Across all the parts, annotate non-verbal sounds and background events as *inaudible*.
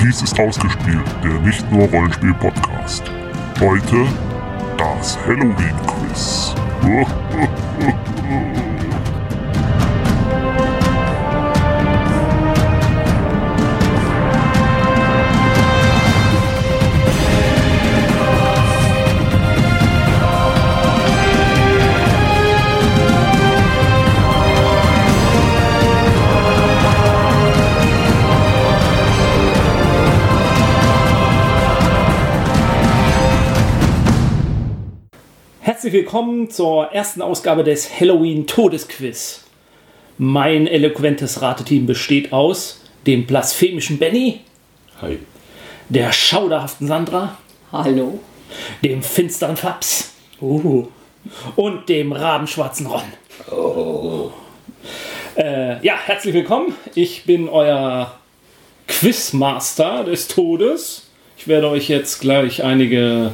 Dies ist ausgespielt, der nicht nur Rollenspiel-Podcast. Heute das Halloween-Quiz. Herzlich willkommen zur ersten Ausgabe des Halloween Todesquiz. Mein eloquentes Rateteam besteht aus dem blasphemischen Benny, Hi. der schauderhaften Sandra, Hallo. dem finsteren Fabs uhu, und dem rabenschwarzen Ron. Äh, ja, herzlich willkommen. Ich bin euer Quizmaster des Todes. Ich werde euch jetzt gleich einige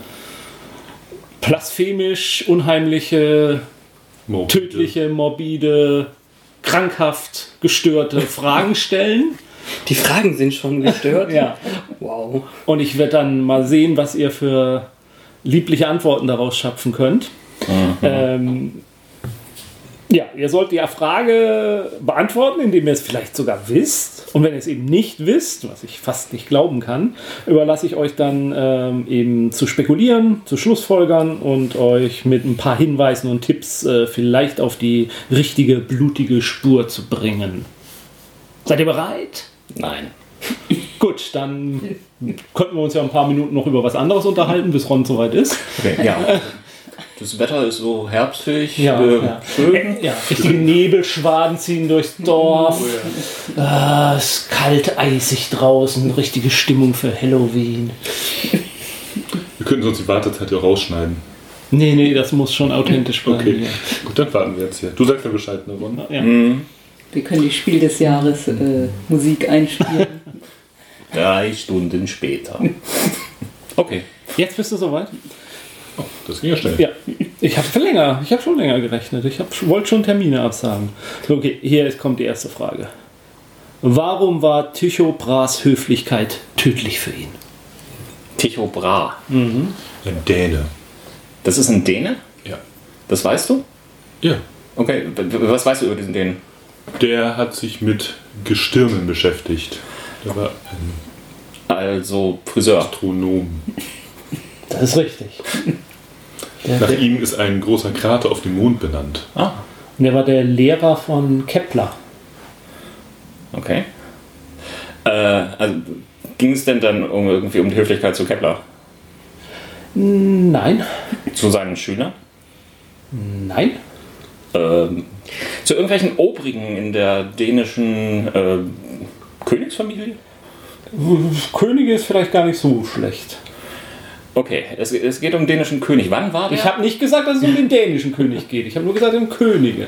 blasphemisch unheimliche Morbide. tödliche, morbide, krankhaft gestörte Fragen stellen. Die Fragen sind schon *laughs* gestört. Ja. Wow. Und ich werde dann mal sehen, was ihr für liebliche Antworten daraus schöpfen könnt. Ähm, ja, ihr sollt die Frage beantworten, indem ihr es vielleicht sogar wisst. Und wenn ihr es eben nicht wisst, was ich fast nicht glauben kann, überlasse ich euch dann ähm, eben zu spekulieren, zu Schlussfolgern und euch mit ein paar Hinweisen und Tipps äh, vielleicht auf die richtige blutige Spur zu bringen. Seid ihr bereit? Nein. Gut, dann könnten wir uns ja ein paar Minuten noch über was anderes unterhalten, bis Ron soweit ist. Ja. Das Wetter ist so herbstlich, Ja, äh, ja. schön. Ja, richtige Nebelschwaden ziehen durchs Dorf. Ah, Es ist kalt, eisig draußen, richtige Stimmung für Halloween. Wir könnten sonst die Wartezeit ja rausschneiden. Nee, nee, das muss schon authentisch bleiben. Okay. ja. Gut, dann warten wir jetzt hier. Du sagst ja Bescheid, ne, Ron? Ja. Wir können die Spiel des Jahres äh, Musik einspielen. Drei Stunden später. Okay, jetzt bist du soweit? Oh, das ging ja schnell. Ja, ich habe länger, ich habe schon länger gerechnet. Ich hab- wollte schon Termine absagen. So, okay, hier ist- kommt die erste Frage. Warum war Tycho Brahes Höflichkeit tödlich für ihn? Tycho Brahe. Ein Däne. Das ist ein Däne? Ja. Das weißt du? Ja. Okay, w- w- was weißt du über diesen Dänen? Der hat sich mit Gestirnen beschäftigt. Der war ein Also Friseur. Astronom. Das ist richtig. Der, Nach der, ihm ist ein großer Krater auf dem Mond benannt. Ah, der war der Lehrer von Kepler. okay. Äh, also ging es denn dann um, irgendwie um die Höflichkeit zu Kepler? Nein, Zu seinen Schülern? nein. Ähm, zu irgendwelchen Obrigen in der dänischen äh, Königsfamilie? Könige ist vielleicht gar nicht so schlecht. Okay, es, es geht um den dänischen König. Wann war der? Ich habe nicht gesagt, dass es um den dänischen König geht. Ich habe nur gesagt, um Könige.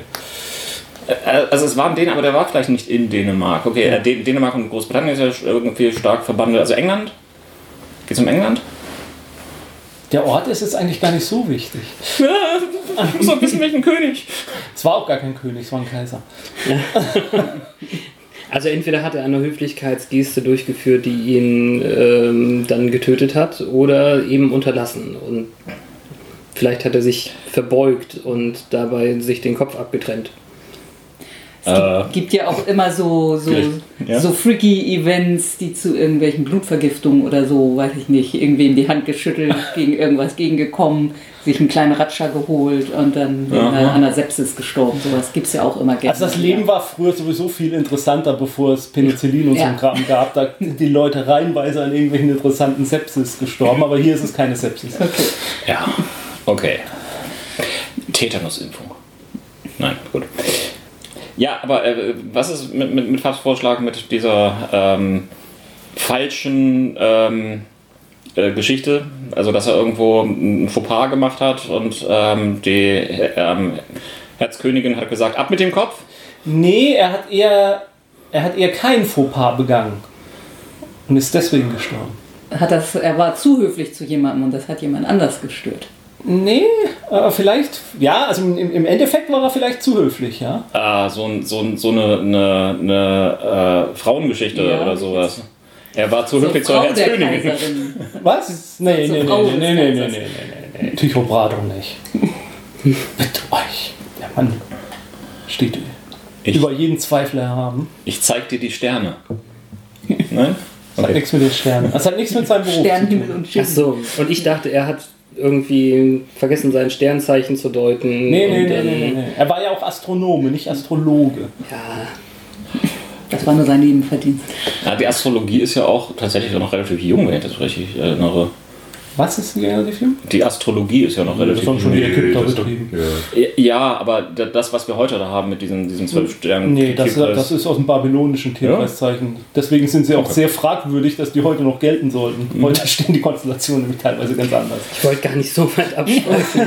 Äh, Also es war in Dänemark, aber der war vielleicht nicht in Dänemark. Okay, äh, Dän- Dänemark und Großbritannien ist ja irgendwie stark verbandelt. Also England? Geht's um England? *laughs* Der Ort ist jetzt eigentlich gar nicht so wichtig. Ich muss doch wissen, welchen König. Es war auch gar kein König, es war ein Kaiser. Also entweder hat er eine Höflichkeitsgeste durchgeführt, die ihn ähm, dann getötet hat, oder eben unterlassen. Und vielleicht hat er sich verbeugt und dabei sich den Kopf abgetrennt. Es gibt, gibt ja auch immer so, so, ja. so freaky Events, die zu irgendwelchen Blutvergiftungen oder so, weiß ich nicht, irgendwem die Hand geschüttelt, gegen irgendwas gegengekommen, sich einen kleinen Ratscher geholt und dann Aha. an einer Sepsis gestorben. Sowas gibt es ja auch immer gerne. Also das Leben war früher sowieso viel interessanter, bevor es Penicillin und so einen Ja. Kram gab. Da sind die Leute reihenweise an irgendwelchen interessanten Sepsis gestorben, aber hier ist es keine Sepsis. Okay. Ja, okay. Tetanusimpfung. Nein, gut. Ja, aber äh, was ist mit, mit, mit Fabs Vorschlag mit dieser ähm, falschen ähm, äh, Geschichte? Also, dass er irgendwo ein Fauxpas gemacht hat und ähm, die äh, ähm, Herzkönigin hat gesagt, ab mit dem Kopf. Nee, er hat eher, er hat eher kein Fauxpas begangen und ist deswegen gestorben. Hat das, er war zu höflich zu jemandem und das hat jemand anders gestört. Nee, aber vielleicht, ja, also im, im Endeffekt war er vielleicht zu höflich, ja. Ah, so, ein- so, ein- so eine, eine, eine äh, Frauengeschichte Ja. oder sowas. Er war zu höflich zur Frau der Herzkönigin. Kaiserin. Was? Nee, So nee, nee, Frau nee, des nee, nee, nee, Kaisers. nee, nee, nee. Tychobratung nicht. Bitte euch. Der Mann steht Ich, über jeden Zweifel erhaben. ich zeig dir die Sterne. Nein? Das hat Okay. nichts mit den Sternen. Das hat nichts mit seinem Beruf zu Sternenhimmel tun. und Ach Schiff. so, und ich dachte, er hat irgendwie vergessen, sein Sternzeichen zu deuten. Nee, und ähm, nee, nee, dann- nee, nee. Er war ja auch Astronome, nicht Astrologe. Ja, Das war nur sein Nebenverdienst. Ja, die Astrologie ist ja auch tatsächlich noch relativ jung, wenn ich das richtig äh, erinnere. Was ist denn der Film? Die Astrologie ist ja noch relativ war jung. schon wieder Krypto das doch, betrieben. ja. Ja, aber da- das, was wir heute da haben mit diesen, diesen zwölf Sternen. Nee, das, Tierkreis- das ist aus dem babylonischen Tierkreiszeichen. Deswegen sind sie auch sehr fragwürdig, dass die heute noch gelten sollten. Mhm. Heute stehen die Konstellationen nämlich teilweise ganz anders. ich wollte gar nicht so weit abschweifen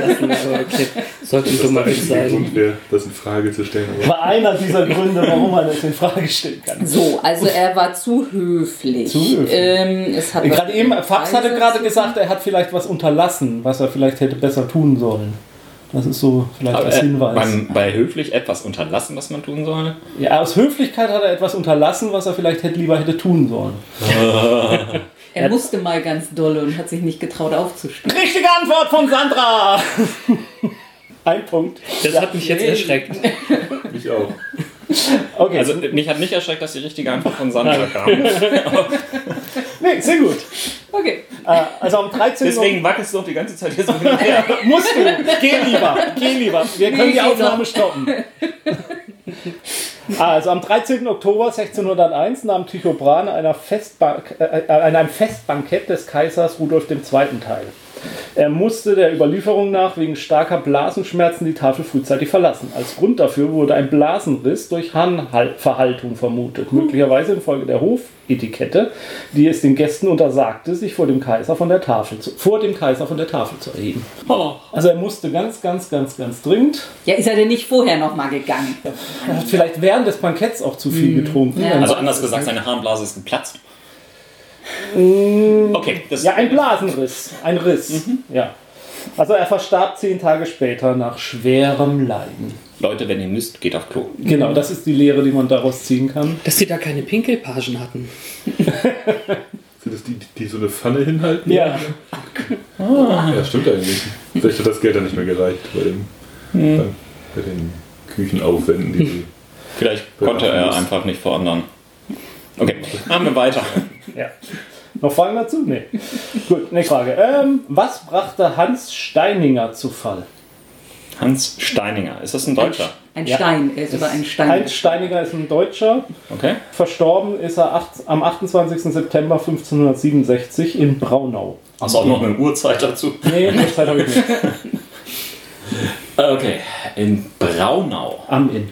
*laughs* lassen, aber okay. Sollte ein Das ist der dummer Witz einzige sein. Grund, wäre, das in Frage zu stellen. Aber War einer dieser Gründe, warum man das in Frage stellen kann. So, also er war zu höflich. Zu höflich. Ähm, es hat Gerade eben, Fax hatte gerade gesagt, er hat vielleicht was unterlassen, was er vielleicht hätte besser tun sollen. Das ist so vielleicht Aber, als äh, Hinweis. beim, bei höflich etwas unterlassen, was man tun soll. ja, aus Höflichkeit hat er etwas unterlassen, was er vielleicht hätte, lieber hätte tun sollen. Er musste mal ganz dolle und hat sich nicht getraut aufzustehen. Richtige Antwort von Sandra! *laughs* Ein Punkt. Das hat mich jetzt erschreckt. ich auch. Okay, Also mich hat nicht erschreckt, dass die richtige Antwort von Sandra *laughs* kam. nee, sehr gut. Okay. Äh, also am 13. Deswegen wackelst du auch die ganze Zeit hier so hin *laughs* und her. musst du. Geh lieber, geh lieber. Wir können Nee, die geh Aufnahme doch. stoppen. Also am 13. Oktober 1601 nahm Tycho Brahe an, einer Festbank, äh, an einem Festbankett des Kaisers Rudolf II. teil. Er musste der Überlieferung nach wegen starker Blasenschmerzen die Tafel frühzeitig verlassen. Als Grund dafür wurde ein Blasenriss durch Harnverhaltung vermutet, möglicherweise infolge der Hofetikette, die es den Gästen untersagte, sich vor dem Kaiser von der Tafel zu, vor dem Kaiser von der Tafel zu erheben. Also er musste ganz, ganz, ganz, ganz dringend. Ja, ist er denn nicht vorher nochmal gegangen? Er hat vielleicht während des Banketts auch zu viel getrunken. Mhm. Ja. Also anders gesagt, seine Harnblase ist geplatzt. Okay, das Ja, ein Blasenriss. Ein Riss. Mhm. Ja. Also er verstarb zehn Tage später nach schwerem Leiden. Leute, wenn ihr müsst, geht auf Klo. Genau, das ist die Lehre, die man daraus ziehen kann. Dass die da keine Pinkelpagen hatten. Sind das die, die so eine Pfanne hinhalten? Ja. Ja, stimmt eigentlich. Vielleicht hat das Geld dann nicht mehr gereicht bei, dem, bei, bei den Küchenaufwänden, die sie. Vielleicht konnte er einfach nicht vor anderen. Okay, machen wir weiter. ja. Noch Fragen dazu? Nee. Gut, eine Frage. Ähm, was brachte Hans Steininger zu Fall? Hans Steininger, ist das ein Deutscher? Ein Ja. Stein. Er ist über einen Stein. Hans Steininger ist ein Deutscher. Okay. Verstorben ist er acht, am 28. September 1567 in Braunau. Hast du auch noch eine Uhrzeit dazu? Nee, das habe ich nicht. Äh, Okay, in Braunau. Am Inn.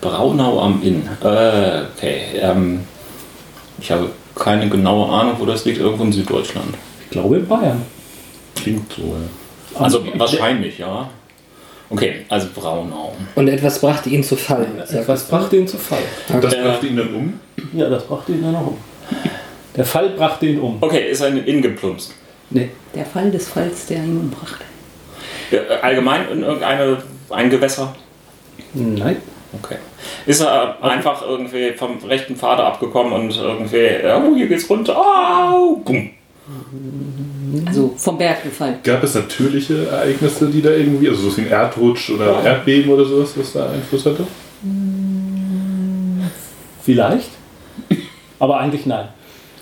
Braunau am Inn. Äh, okay. Ähm, ich habe keine genaue Ahnung, wo das liegt. Irgendwo in Süddeutschland. Ich glaube in Bayern. Klingt so, ja. Also wahrscheinlich, ja. Okay, also Braunau. Und etwas brachte ihn zu Fall. sagt Was brachte ihn zu Fall? Und das Äh, brachte ihn dann um? Ja, das brachte ihn dann auch um. Der Fall brachte ihn um. Okay, ist ein Inn geplumpst. Nee. Der Fall des Falls, der ihn umbrachte. Ja, Äh, Allgemein in irgendeine, ein Gewässer? Nein. Okay. Ist er einfach irgendwie vom rechten Pfade abgekommen und irgendwie, oh, hier geht's runter. Au, bumm. Also vom Berg gefallen. Gab es natürliche Ereignisse, die da irgendwie, also so wie ein Erdrutsch oder ein Erdbeben oder sowas, was da Einfluss hatte? Vielleicht. Aber eigentlich nein.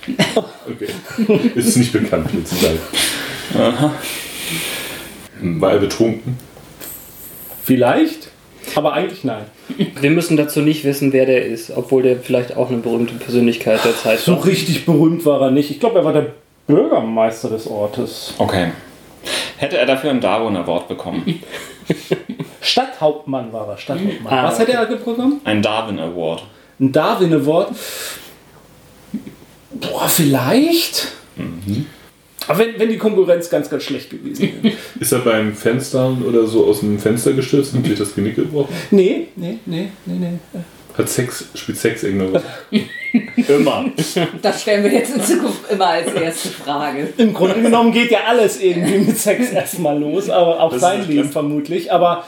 *laughs* Okay. Ist nicht bekannt jetzt Aha. War er betrunken? Vielleicht, aber eigentlich nein. er. Wir müssen dazu nicht wissen, wer der ist, obwohl der vielleicht auch eine berühmte Persönlichkeit der Zeit So war. richtig berühmt war er nicht. Ich glaube, er war der Bürgermeister des Ortes. Okay. Hätte er dafür einen Darwin Award *laughs* bekommen? Stadthauptmann war er. Stadthauptmann. Ah, Was hätte er bekommen? Ein Darwin Award. Ein Darwin Award. Boah, vielleicht. Mhm. Aber wenn, wenn die Konkurrenz ganz, ganz schlecht gewesen *laughs* wäre. Ist er beim Fenster oder so aus dem Fenster gestürzt und sich das Genick gebrochen? nee, nee, nee, nee, nee. Hat Sex, spielt Sex irgendwas? Immer. Das stellen wir jetzt in Zukunft immer als erste Frage. Im Grunde genommen geht ja alles irgendwie mit *laughs* Sex erstmal los, aber auch Das sein ist- Leben vermutlich. Aber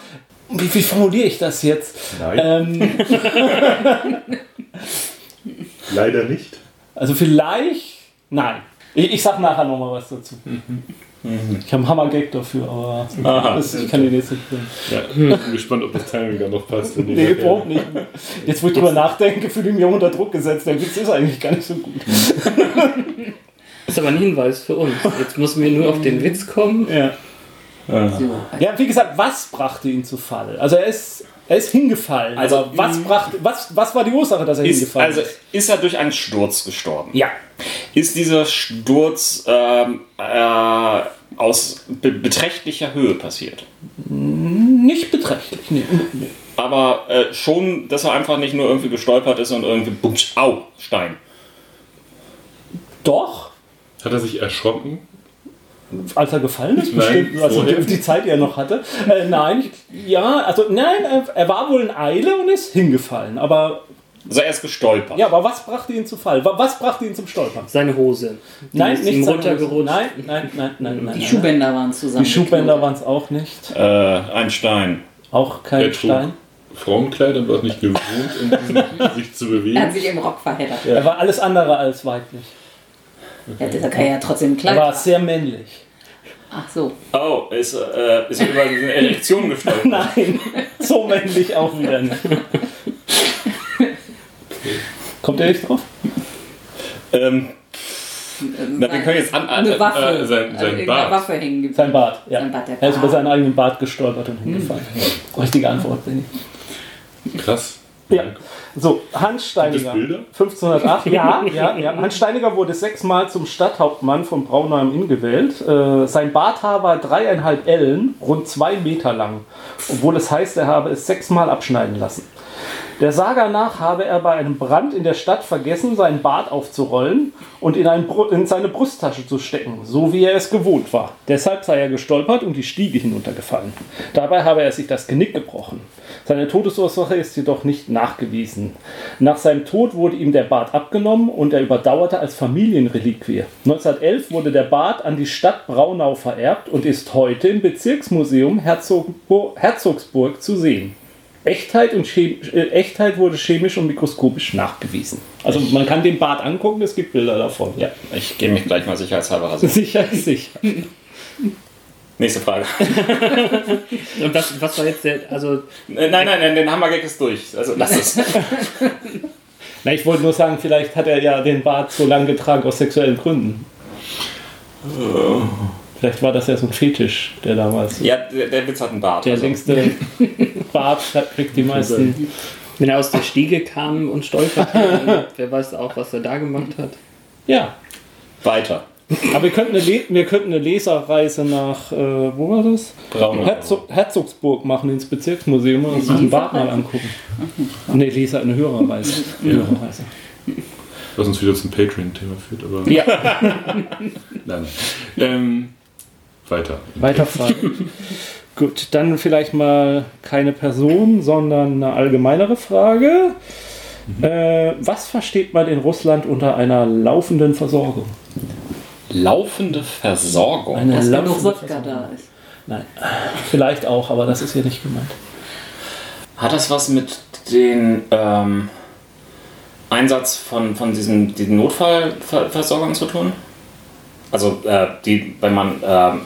wie, wie formuliere ich das jetzt? Nein, Ähm, *laughs* leider nicht. also vielleicht Nein. Ich, ich sag nachher nochmal was dazu. Mhm. Ich habe einen Hammergag dafür, aber Aha. das, ich kann den jetzt nicht bringen. Ja, hm, ich bin gespannt, ob das Timing da noch passt. wenn die Nee, Leute- überhaupt nicht. Jetzt, wo ich drüber nachdenke, fühle ich mich auch unter Druck gesetzt. Der Witz ist eigentlich gar nicht so gut. Ist aber ein Hinweis für uns. Jetzt müssen wir nur auf den Witz kommen. Ja. So. Ja, wie gesagt, was brachte ihn zu Fall? Also er ist, er ist hingefallen. Also, Also was brachte, was, was war die Ursache, dass er Ist, hingefallen also ist? ist er durch einen Sturz gestorben? Ja. Ist dieser Sturz ähm, äh, aus be beträchtlicher Höhe passiert? Nicht beträchtlich. Nee. Aber äh, schon, dass er einfach nicht nur irgendwie gestolpert ist und irgendwie bumsch, au, Stein. Doch, Hat er sich erschrocken? als er gefallen ist, Nein, bestimmt. also vorher. die, die Zeit, die er noch hatte. Äh, nein, ich- ja, also nein, er- er war wohl in Eile und ist hingefallen. Aber Also er ist gestolpert. ja, aber was brachte ihn zu Fall? Wa- Was brachte ihn zum Stolpern? Seine Hose. Die Nein, ist ihm nicht runtergerutscht. Nein, nein, nein, nein, nein. Die nein. Schuhbänder waren zusammen. Die Schuhbänder waren es auch nicht. Äh, ein Stein. Auch Er kein trug Stein. Frauenkleid und war es nicht gewohnt, in diesem, sich zu Er hat bewegen. sich im Rock verheddert. Er war alles andere als weiblich. Ja, dieser kann ja trotzdem Er klein. war sehr männlich. Ach so. Oh, ist, äh, ist er über eine Erektion gestolpert? Nein, *laughs* so männlich auch wieder nicht. Kommt ihr nicht drauf? Ähm, Ähm, Na, wir können jetzt an- an- eine Waffe. äh, sein- sein Also irgendeine Bart. Waffe hängen geblieben. Sein Bart. Ja. Sein Bart, der er ist Bart. Hm. über seinen eigenen Bart gestolpert und hingefallen. Richtige Antwort, Benny. Krass. Ja. So, Hans Steiniger. Gibt es Bilder? *laughs* 1508, ja, ja, ja. Hans Steiniger wurde sechsmal zum Stadthauptmann von Braunheim Inn gewählt. Äh, sein Barthaar war dreieinhalb Ellen, rund zwei Meter lang, obwohl es heißt, er habe es sechsmal abschneiden lassen. Der Saga nach habe er bei einem Brand in der Stadt vergessen, seinen Bart aufzurollen und in, einen Bru in seine Brusttasche zu stecken, so wie er es gewohnt war. Deshalb sei er gestolpert und die Stiege hinuntergefallen. Dabei habe er sich das Genick gebrochen. Seine Todesursache ist jedoch nicht nachgewiesen. Nach seinem Tod wurde ihm der Bart abgenommen und er überdauerte als Familienreliquie. 1911 wurde der Bart an die Stadt Braunau vererbt und ist heute im Bezirksmuseum Herzogbu- Herzogsburg zu sehen. Echtheit, und Chem äh, Echtheit wurde chemisch und mikroskopisch nachgewiesen. Also man kann den Bart angucken, es gibt Bilder davon. Ja. Ich gehe mich gleich mal sicherheitshalber rasieren. *laughs* Sicher ist sicher. Nächste Frage. *laughs* Und was, was war jetzt der. Also, Äh, nein, nein, nein, den Hammergag ist durch. Also lass es. Na, ich wollte nur sagen, vielleicht hat er ja den Bart so lang getragen aus sexuellen Gründen. Vielleicht war das ja so ein Fetisch, Äh. der damals. ja, der, der Witz hat einen Bart. Der *laughs* also. längste Bart hat- kriegt die meisten. wenn er aus der Stiege kam und stolperte, *laughs* dann, wer weiß auch, was er da gemacht hat. Ja. Weiter. Aber wir könnten eine, Le wir könnten eine Leserreise nach, äh, wo war das? Braunau. Herzog Herzogsburg machen, ins Bezirksmuseum und uns den Bart mal angucken. Ne, Leser, eine Hörerreise. Hörerreise. Was uns wieder zum Patreon-Thema führt, aber. Ja, *laughs* Nein. Ähm, weiter. weiterfahren. Gut, dann vielleicht mal keine Person, sondern eine allgemeinere Frage. Äh, was versteht man in Russland unter einer laufenden Versorgung? Laufende Versorgung. Eine Dass genug laufende Wodka da ist. Nein, vielleicht auch, aber das ist hier nicht gemeint. Hat das was mit dem ähm, Einsatz von, von diesem, diesen Notfallversorgern zu tun? Also, äh, die, wenn man, ähm,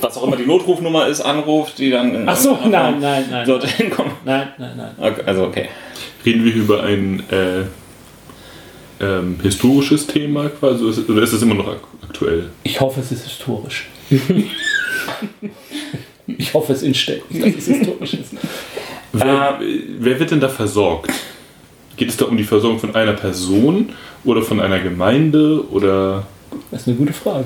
was auch immer die Notrufnummer ist, anruft, die dann. In Ach so, nein, nein, nein. Dorthin kommen. Nein, nein, nein. Okay, also, okay. Reden wir über ein äh, ähm, historisches Thema quasi? Ist- Oder ist das immer noch ak aktuell? Ich hoffe, es ist *laughs* historisch. ich hoffe, es entsteht, dass es historisch ist. Äh. Wer, wer wird denn da versorgt? Geht es da um die Versorgung von einer Person oder von einer Gemeinde oder. Das ist eine gute Frage.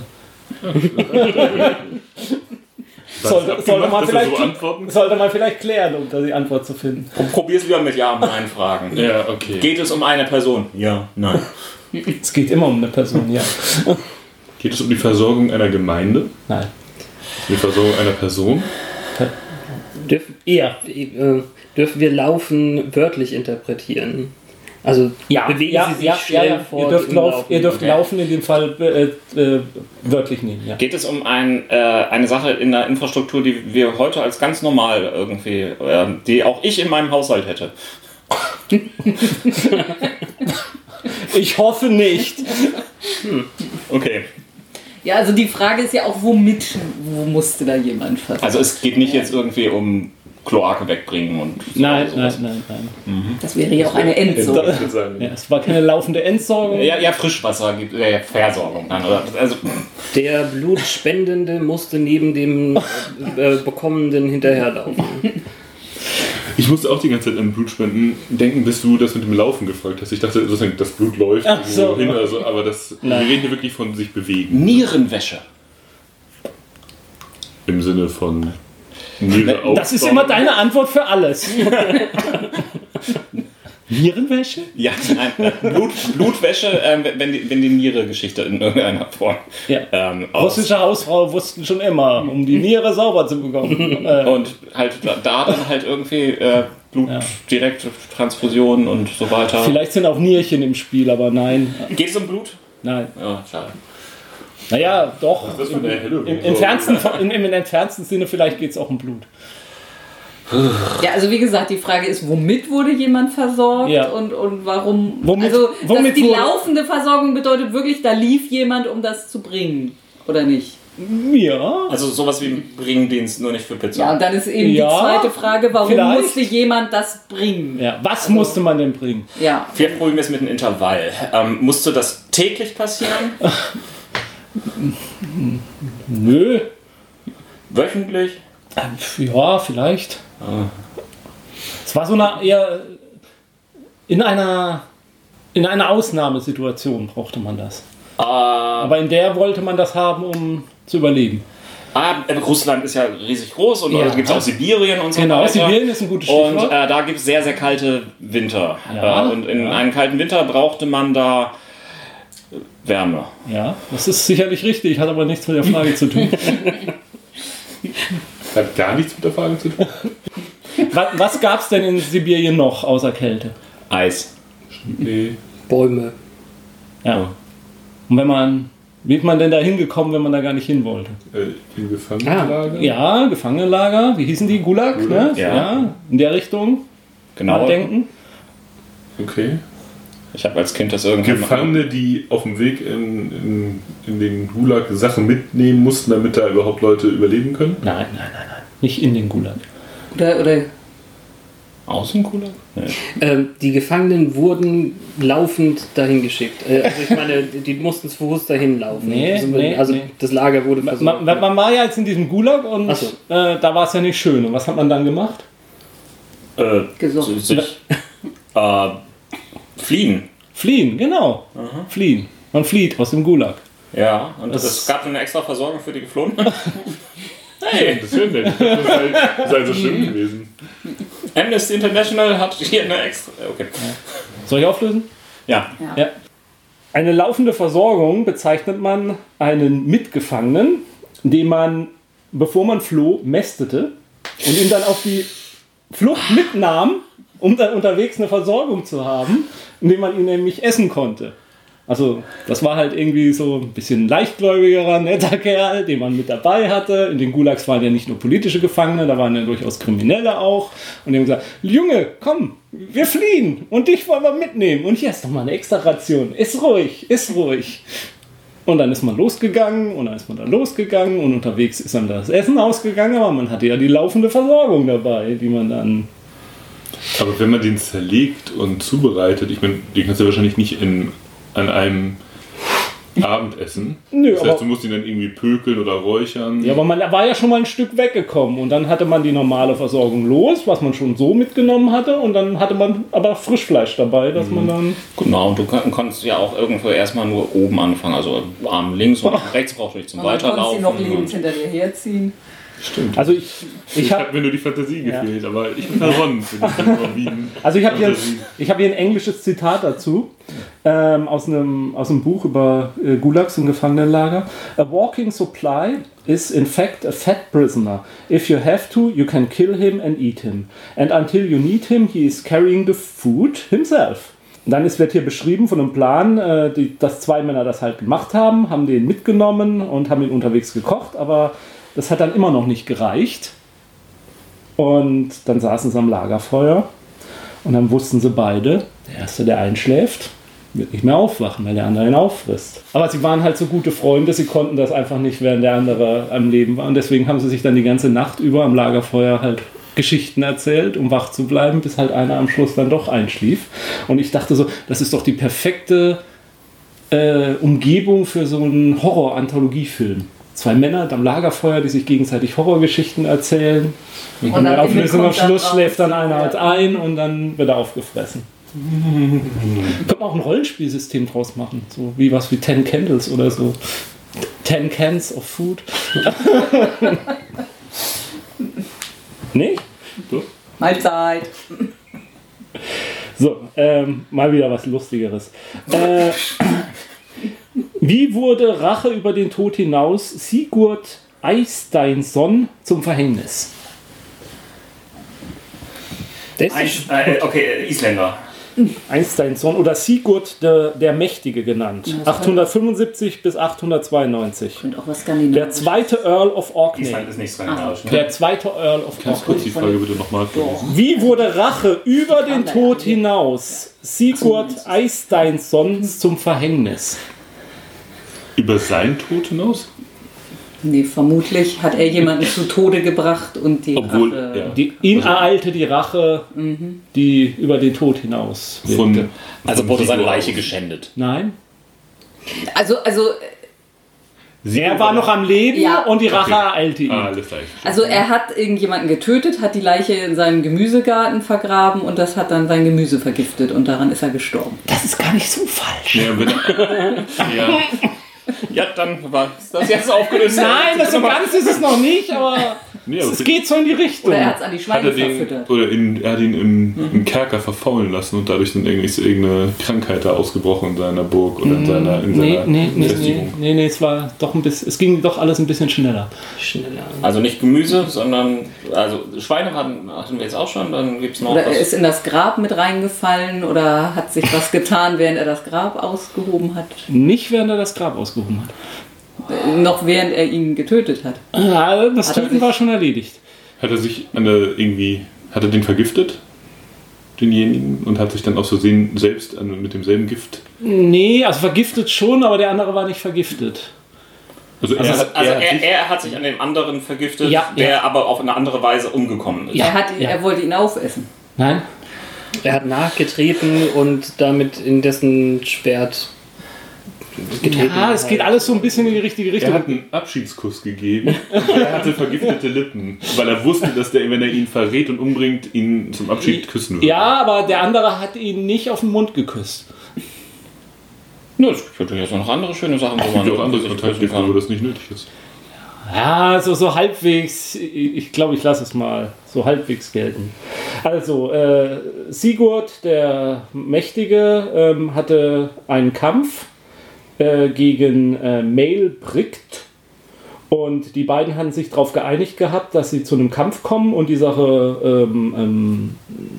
Was Sollte- abgemacht, sollte man dass er vielleicht- so antworten? Sollte man vielleicht klären, um da die Antwort zu finden. Pro- Probier's lieber mit Ja und Nein fragen. Ja, okay. Geht es um eine Person? Ja, nein. Es geht immer um eine Person, ja. Geht es um die Versorgung einer Gemeinde? Nein. Die Versorgung einer *laughs* Person? Dürf, Eher. äh, dürfen wir laufen wörtlich interpretieren? Also, bewegen Sie sich schnell fort. Ihr dürft, im lauf, Laufen. ihr dürft okay. laufen in dem Fall äh, äh, wörtlich nehmen, ja. Geht es um ein, äh, eine Sache in der Infrastruktur, die wir heute als ganz normal irgendwie, äh, die auch ich in meinem Haushalt hätte? Ich hoffe nicht. Okay. Ja, also die Frage ist ja auch, womit wo musste da jemand verfahren? Also es geht nicht jetzt irgendwie um Kloake wegbringen und so *laughs* Nein, oder nein, sowas. nein, nein. das wäre ja auch eine Endsumme. *laughs* Ich würde sagen, Ja, es war keine laufende Entsorgung. Ja, ja, Frischwasser gibt ja, ja Versorgung dann, oder? Also, Der Blutspendende musste neben dem äh, Bekommenden hinterherlaufen. Ich musste auch die ganze Zeit an Blutspenden denken, bis du das mit dem Laufen gefragt hast. Ich dachte, das halt, das Blut läuft Ach so. irgendwo hin oder so, aber das, wir reden hier wirklich von sich bewegen. Nierenwäsche. Im Sinne von Niere Ne, Das ist aufbauen. immer deine Antwort für *laughs* alles. Nierenwäsche? Ja, nein, äh, Blut, Blutwäsche, ähm, wenn, die, wenn die Niere-Geschichte in irgendeiner Form Ja. ähm, aus. Russische Hausfrauen wussten schon immer, um die Niere sauber zu *laughs* bekommen. äh, Und halt da, da dann halt irgendwie äh, Blut, Ja. direkte Transfusionen und so weiter. vielleicht sind auch Nierchen im Spiel, aber nein. Geht es um Blut? Nein. Ja, schade. Naja, doch. Das ist von der Halloween. Im, im, fernsten, im, Im entferntesten Sinne, vielleicht geht es auch um Blut. Ja, also wie gesagt, die Frage ist, womit wurde jemand versorgt Ja. und, und warum? Womit- also womit dass die wurde- laufende Versorgung bedeutet wirklich, da lief jemand, um das zu bringen, oder nicht? Ja. Also sowas wie Bringdienst, nur nicht für Pizza. Ja, und dann ist eben Ja, die zweite Frage, warum vielleicht. musste jemand das bringen? ja. Was musste man denn bringen? Ja. Wir probieren es mit einem Intervall. Ähm, musste das täglich passieren? Nö. Ähm, Wöchentlich? Ja, vielleicht. Es war so eine eher äh, in einer in einer Ausnahmesituation brauchte man das. Ah, Aber in der wollte man das haben, um zu überleben. ah, äh, Russland ist ja riesig groß und Ja. da gibt es auch Sibirien und so Genau, weiter. Sibirien ist ein gutes Und Stichwort. äh, da gibt es sehr, sehr kalte Winter. Ja, äh, und in ja. einem kalten Winter brauchte man da Wärme. ja, das ist sicherlich richtig, hat aber nichts mit der Frage zu tun. Hat gar nichts mit der *laughs* Frage zu tun. Was, was gab es denn in Sibirien noch außer Kälte? Eis. Nee. Bäume. Ja. Und wenn man, wie ist man denn da hingekommen, wenn man da gar nicht hin wollte? Äh, in Gefangenenlager? Ah, Ja, Gefangenenlager, wie hießen die? Gulag, Gulag, ne? ja. in der Richtung mal Genau. denken. Okay. Ich habe als Kind das irgendwann mal- Gefangene, die auf dem Weg in, in, in den Gulag Sachen mitnehmen mussten, damit da überhaupt Leute überleben können. Nein, nein, nein, nein. Nicht in den Gulag. Oder, oder Außenkühler? Nee. Ähm, die Gefangenen wurden laufend dahin geschickt. Äh, also ich meine, die mussten zu Fuß dahin laufen. Nee, also nee, also nee. das Lager wurde versorgt. Also, Man, man man war ja jetzt in diesem Gulag und Ach so. äh, da war es ja nicht schön. Und was hat man dann gemacht? Äh, Gesucht. s- Sich, äh, fliehen. Fliehen, genau. Fliehen. Man flieht aus dem Gulag. Ja, und Das- es gab eine extra Versorgung für *laughs* die Geflohenen. hey, Das wäre nett. Das sei, sei so *laughs* schlimm gewesen. Amnesty International hat hier eine extra. Okay. Soll ich auflösen? Ja. Ja. Eine laufende Versorgung bezeichnet man einen Mitgefangenen, den man, bevor man floh, mästete und ihn dann auf die Flucht mitnahm, um dann unterwegs eine Versorgung zu haben, indem man ihn nämlich essen konnte. Also das war halt irgendwie so ein bisschen leichtgläubigerer, netter Kerl, den man mit dabei hatte. In den Gulags waren ja nicht nur politische Gefangene, da waren ja durchaus Kriminelle auch. Und die haben gesagt, Junge, komm, wir fliehen und dich wollen wir mitnehmen. Und hier ist nochmal eine extra Ration. Ist ruhig, ist ruhig. Und dann ist man losgegangen und dann ist man dann losgegangen und unterwegs ist dann das Essen ausgegangen, aber man hatte ja die laufende Versorgung dabei, die man dann... Aber wenn man den zerlegt und zubereitet, ich meine, den kannst du wahrscheinlich nicht in, an einem Abendessen. Nö, das aber- heißt, du musst ihn dann irgendwie pökeln oder räuchern. Ja, aber man war ja schon mal ein Stück weggekommen und dann hatte man die normale Versorgung los, was man schon so mitgenommen hatte und dann hatte man aber Frischfleisch dabei, dass man dann... Genau, und du kon konntest ja auch irgendwo erstmal nur oben anfangen. Also Arm links und Arm rechts brauchst du nicht zum man konnte sie Weiterlaufen. noch lebend und- hinter dir herziehen. Also ich, ich ich habe habe hab mir nur die Fantasie gefehlt, aber ich bin verronnen für diesen Morbiden. *laughs* also ich hab hier, ich hab hier ein englisches Zitat dazu ähm, aus, einem, aus einem Buch über äh, Gulags und Gefangenenlager. A walking supply is in fact a fat prisoner. If you have to, you can kill him and eat him. And until you need him, he is carrying the food himself. Und Dann ist, wird hier beschrieben von einem Plan, äh, die, dass zwei Männer das halt gemacht haben, haben den mitgenommen und haben ihn unterwegs gekocht, aber das hat dann immer noch nicht gereicht. Und dann saßen sie am Lagerfeuer und dann wussten sie beide, der Erste, der einschläft, wird nicht mehr aufwachen, weil der andere ihn auffrisst. Aber sie waren halt so gute Freunde, sie konnten das einfach nicht, während der andere am Leben war. Und deswegen haben sie sich dann die ganze Nacht über am Lagerfeuer halt Geschichten erzählt, um wach zu bleiben, bis halt einer am Schluss dann doch einschlief. Und ich dachte so, das ist doch die perfekte äh, Umgebung für so einen Horror-Anthologiefilm. Zwei Männer am Lagerfeuer, die sich gegenseitig Horrorgeschichten erzählen. Und, am in der Ende Auflösung am kommt dann Schluss raus, schläft dann einer ja. halt ein und dann wird er aufgefressen. Könnte man auch ein Rollenspielsystem draus machen, so wie was wie Ten Candles oder so. Ten Cans of Food. *laughs* Nicht? Mahlzeit. So, ähm, mal wieder was Lustigeres. Äh, wie wurde Rache über den Tod hinaus Sigurd Eisteinsson zum Verhängnis? Der ist Ein, äh, okay, äh, Isländer. Eisteinsson oder Sigurd der, der Mächtige genannt. Ja, das 875 bis 892. Und auch was Der Skandinavisches. zweite Earl of Orkney. Island ist nicht Ah. skandinavisch. ne? Der zweite Earl of Kannst du Orkney. kurz die Frage bitte nochmal vorlesen? Wie wurde Rache über den Kam Tod leider. hinaus Sigurd Eisteinsson zum Verhängnis? Über seinen Tod hinaus? Nee, vermutlich hat er jemanden zu Tode gebracht und die Obwohl, Rache. ja. Die, ihn ereilte die Rache, Mhm. die über den Tod hinaus. Von, Also von wurde seine Sigurd Leiche aus. geschändet. Nein. Also, also, Er war noch am Leben Ja. und die Rache Okay. ereilte ihn. Ah, alles gleich. also er hat irgendjemanden getötet, hat die Leiche in seinem Gemüsegarten vergraben und das hat dann sein Gemüse vergiftet und daran ist er gestorben. Das ist gar nicht so falsch. Ja, wenn, ja, Ja, dann war das jetzt aufgelöst. Nein, das so ganz ist es noch nicht, aber nee, aber es geht so in die Richtung. Oder er hat es an die Genau. hat Schweine er, den, verfüttert. oder in, er hat ihn im, Mhm. im Kerker verfaulen lassen und dadurch dann irgendwie ist irgendeine Krankheit da ausgebrochen in seiner Burg oder in seiner, in Mhm. Nee, seiner nee, nee, nee, Befestigung. nee, nee, es war doch ein bisschen, es ging doch alles ein bisschen schneller. schneller. Also nicht Gemüse, sondern also Schweine hatten, hatten wir jetzt auch schon, dann gibt es noch Oder er was. ist in das Grab mit reingefallen oder hat sich was getan, während er das Grab ausgehoben hat. Nicht während er das Grab ausgehoben hat. Äh, Noch während er ihn getötet hat. Ah, das Hat er Töten sich- war schon erledigt. Hat er sich an der irgendwie, hat er den vergiftet? Denjenigen und hat sich dann aus Versehen selbst an, mit demselben Gift. Nee, also vergiftet schon, aber der andere war nicht vergiftet. Also, er, Also, hat, also er, hat er, sich, er hat sich an dem anderen vergiftet, Ja, der ja. aber auf eine andere Weise umgekommen ist. Ja, er, hat, ja. er wollte ihn aufessen. Nein? Er hat nachgetreten und damit in dessen Schwert getreten. Ja, es geht alles so ein bisschen in die richtige halt er Richtung. hat einen Abschiedskuss gegeben. er hatte vergiftete Lippen, weil er wusste, dass der, wenn er ihn verrät und umbringt, ihn zum Abschied küssen würde. Ja, aber der andere hat ihn nicht auf den Mund geküsst. Nö, es gibt natürlich jetzt noch andere schöne Sachen, wo Es man gibt auch andere sich Kontaktgifte, wo das nicht nötig ist. Ja, Ah, so, so halbwegs, ich ich glaube, ich lasse es mal so halbwegs gelten. Also, äh, Sigurd, der Mächtige, ähm, hatte einen Kampf äh, gegen äh, Maelbricht. Und die beiden hatten sich darauf geeinigt gehabt, dass sie zu einem Kampf kommen und die Sache ähm, ähm,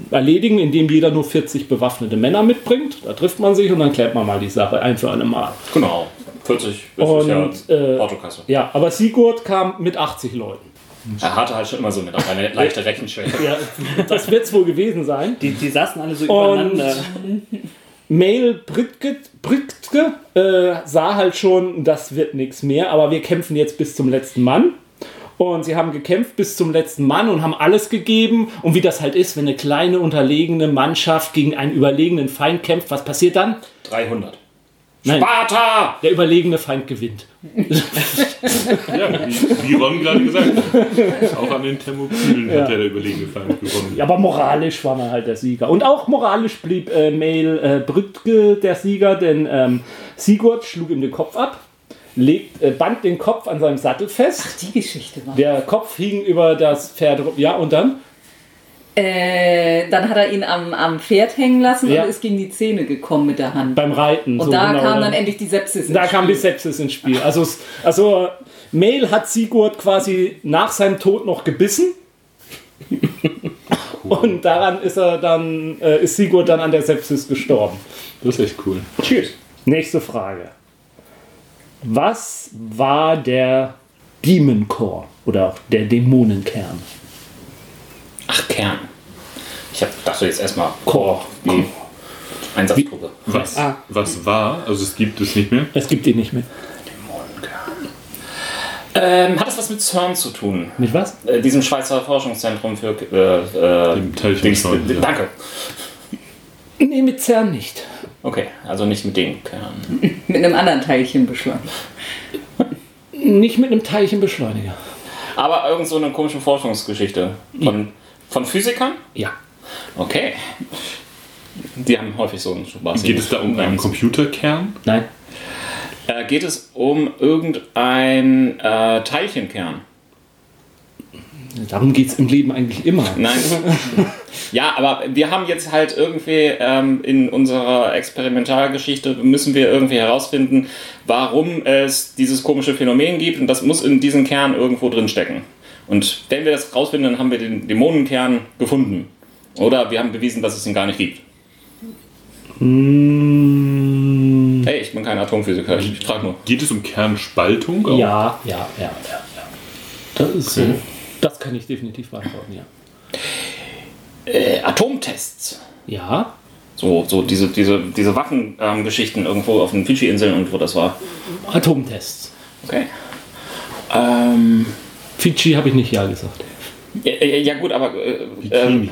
erledigen, indem jeder nur 40 bewaffnete Männer mitbringt. Da trifft man sich und dann klärt man mal die Sache ein für alle Mal. Genau, 40 ist Und, ja äh, Portokasse. Ja, aber Sigurd kam mit 80 Leuten. Er hatte halt schon immer so eine, eine leichte Rechenschwäche. Ja, das wird es wohl gewesen sein. Die, die saßen alle so Und- übereinander. Mail Britke, Britke äh, sah halt schon, das wird nichts mehr, aber wir kämpfen jetzt bis zum letzten Mann. Und sie haben gekämpft bis zum letzten Mann und haben alles gegeben. Und wie das halt ist, wenn eine kleine, unterlegene Mannschaft gegen einen überlegenen Feind kämpft, was passiert dann? 300. Nein, Sparta! der überlegene Feind gewinnt. Ja, wie, wie Ron gerade gesagt hat. Auch an den Thermopylen hat er der überlegene Feind gewonnen. Ja, aber moralisch war man halt der Sieger. Und auch moralisch blieb äh, Mail äh, Brütke der Sieger, denn ähm, Sigurd schlug ihm den Kopf ab, legt, äh, band den Kopf an seinem Sattel fest. Die Geschichte war. Der Kopf hing über das Pferd rum. Ja, und dann? Äh, dann hat er ihn am, am Pferd hängen lassen Ja. und ist gegen die Zähne gekommen mit der Hand. Beim Reiten. und so da genau, kam ne? dann endlich die Sepsis. ins Da kam die Spiel. Sepsis ins Spiel. Also, es- also äh, Mail hat Sigurd quasi nach seinem Tod noch *laughs* gebissen. Und daran ist er dann, äh, ist Sigurd dann an der Sepsis gestorben. Das ist echt cool. Tschüss. Nächste Frage. Was war der Demon Core oder auch der Dämonenkern? Ach, Kern. Ich hab, dachte jetzt erstmal, Core. wie Einsatzgruppe. Was, Ah. was war, also es gibt es nicht mehr. Es gibt ihn nicht mehr. Ähm, hat das was mit CERN zu tun? Mit was? Äh, diesem Schweizer Forschungszentrum für. Äh, äh, Dem Teilchenstern, Dings- ja. Danke. Nee, mit CERN nicht. Okay, also nicht mit dem Kern. Mit einem anderen Teilchen beschleunigt. Nicht mit einem Teilchenbeschleuniger. Aber irgend so eine komische Forschungsgeschichte. Hm. Von, von Physikern? Ja. Okay. Die haben häufig so einen Spaß. Geht es da um einen Computerkern? Nein. Äh, geht es um irgendein äh, Teilchenkern? Darum geht es im Leben eigentlich immer. Nein. ja, aber wir haben jetzt halt irgendwie ähm, in unserer Experimentalgeschichte müssen wir irgendwie herausfinden, warum es dieses komische Phänomen gibt und das muss in diesem Kern irgendwo drin stecken. Und wenn wir das rausfinden, dann haben wir den Dämonenkern gefunden. Oder wir haben bewiesen, dass es ihn gar nicht gibt. Hey, ich bin kein Atomphysiker, ich, ich frage nur. Geht es um Kernspaltung? *laughs* auch? Ja, ja, ja, ja. ja. Das, ist so. das kann ich definitiv beantworten, ja. Äh, Atomtests. Ja, So, so diese, diese, diese Waffengeschichten irgendwo auf den Fidschi-Inseln und wo das war. Atomtests. Okay. Ähm, Fidschi habe ich nicht ja gesagt. ja, ja, ja gut, aber äh, Bikini.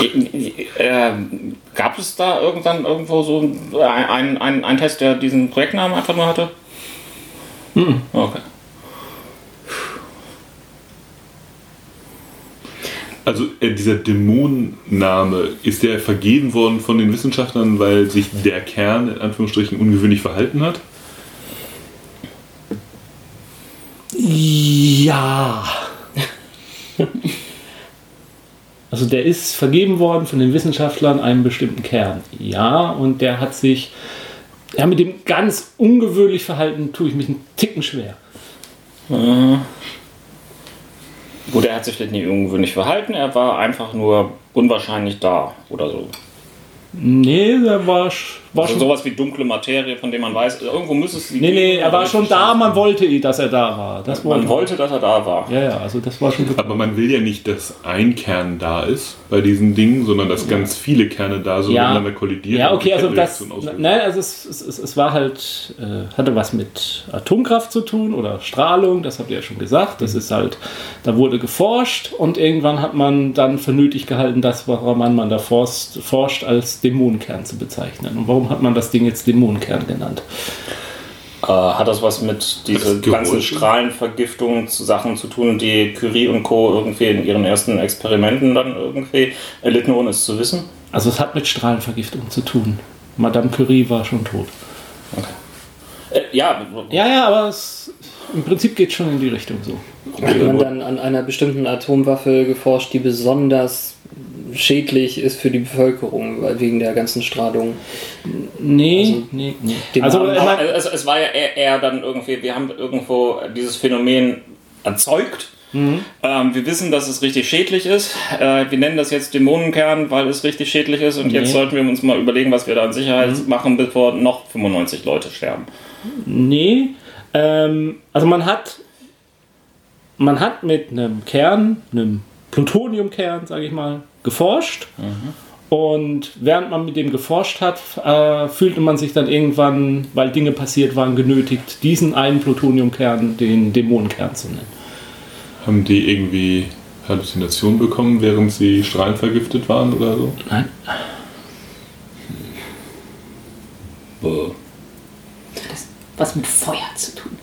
äh, äh, gab es da irgendwann irgendwo so einen ein, ein Test, der diesen Projektnamen einfach nur hatte? Hm. Okay. Also äh, dieser Dämonenname, ist der vergeben worden von den Wissenschaftlern, weil sich der Kern in Anführungsstrichen ungewöhnlich verhalten hat? Ja. *laughs* Also der ist vergeben worden von den Wissenschaftlern einem bestimmten Kern. Ja, und der hat sich, ja, mit dem ganz ungewöhnlich Verhalten tue ich mich einen Ticken schwer. Gut, er hat sich vielleicht nicht ungewöhnlich verhalten, er war einfach nur unwahrscheinlich da oder so. Nee, der war, sch- war Also schon... sowas wie dunkle Materie, von dem man weiß, irgendwo müsste es Nee, nee, er war schon da, man wollte, eh, dass er da war. Das Man wollte, dass er da war. Ja, ja, also das war schon... Aber man will ja nicht, dass ein Kern da ist bei diesen Dingen, sondern dass ganz viele Kerne da so Ja. miteinander kollidieren. Ja, und die okay, also das. Kettenreaktion auslösen. Nein, also es, es, es, es war halt, äh, hatte was mit Atomkraft zu tun oder Strahlung, das habt ihr ja schon gesagt. Das ist halt, da wurde geforscht und irgendwann hat man dann für nötig gehalten, das, woran man da forscht, forscht als Dämonenkern zu bezeichnen. Und warum hat man das Ding jetzt Dämonenkern genannt? Äh, hat das was mit diesen Hat das ganzen Geräusche? Strahlenvergiftungen zu Sachen zu tun, die Curie und Co. irgendwie in ihren ersten Experimenten dann irgendwie erlitten, ohne es zu wissen? Also es hat mit Strahlenvergiftung zu tun. Madame Curie war schon tot. Äh, ja, Ja, ja, aber es, im Prinzip geht schon in die Richtung so. Hat man dann an einer bestimmten Atomwaffe geforscht, die besonders schädlich ist für die Bevölkerung, weil wegen der ganzen Strahlung. Nee, nee, nee. dem Also, Namen- ich aber halt- mein, es, es war ja eher, eher dann irgendwie, wir haben irgendwo dieses Phänomen erzeugt. Ähm, wir wissen, dass es richtig schädlich ist. Äh, wir nennen das jetzt Dämonenkern, weil es richtig schädlich ist. Und jetzt Nee. sollten wir uns mal überlegen, was wir da in Sicherheit machen, bevor noch 95 Leute sterben. Nee. Ähm, also man hat, man hat mit einem Kern, einem Plutoniumkern, sage ich mal, geforscht. Und während man mit dem geforscht hat, äh, fühlte man sich dann irgendwann, weil Dinge passiert waren, genötigt, diesen einen Plutoniumkern den Dämonenkern zu nennen. Haben die irgendwie Halluzinationen bekommen, während sie strahlenvergiftet waren oder so? Nein. Das hat was mit Feuer zu tun.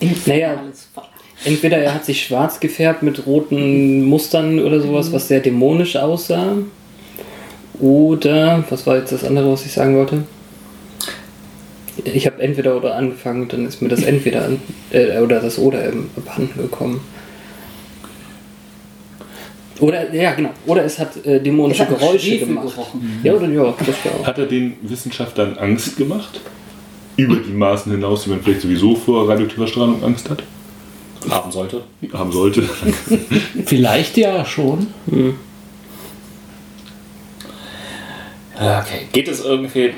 äh, Naja. Alles Feuer. Entweder er hat sich schwarz gefärbt mit roten Mustern oder sowas, was sehr dämonisch aussah. Oder, was war jetzt das andere, was ich sagen wollte? Ich habe entweder oder angefangen, dann ist mir das entweder an, äh, oder das oder eben abhanden gekommen. Oder, ja genau, oder es hat äh, dämonische Es hat Geräusche Schwefel gemacht. gerochen. Ja, oder ja, das war auch. Hat er den Wissenschaftlern Angst gemacht? Über die Maßen hinaus, die man vielleicht sowieso vor radioaktiver Strahlung Angst hat? Haben sollte. Haben sollte. Vielleicht ja schon. Ah, Okay. Geht es irgendwie.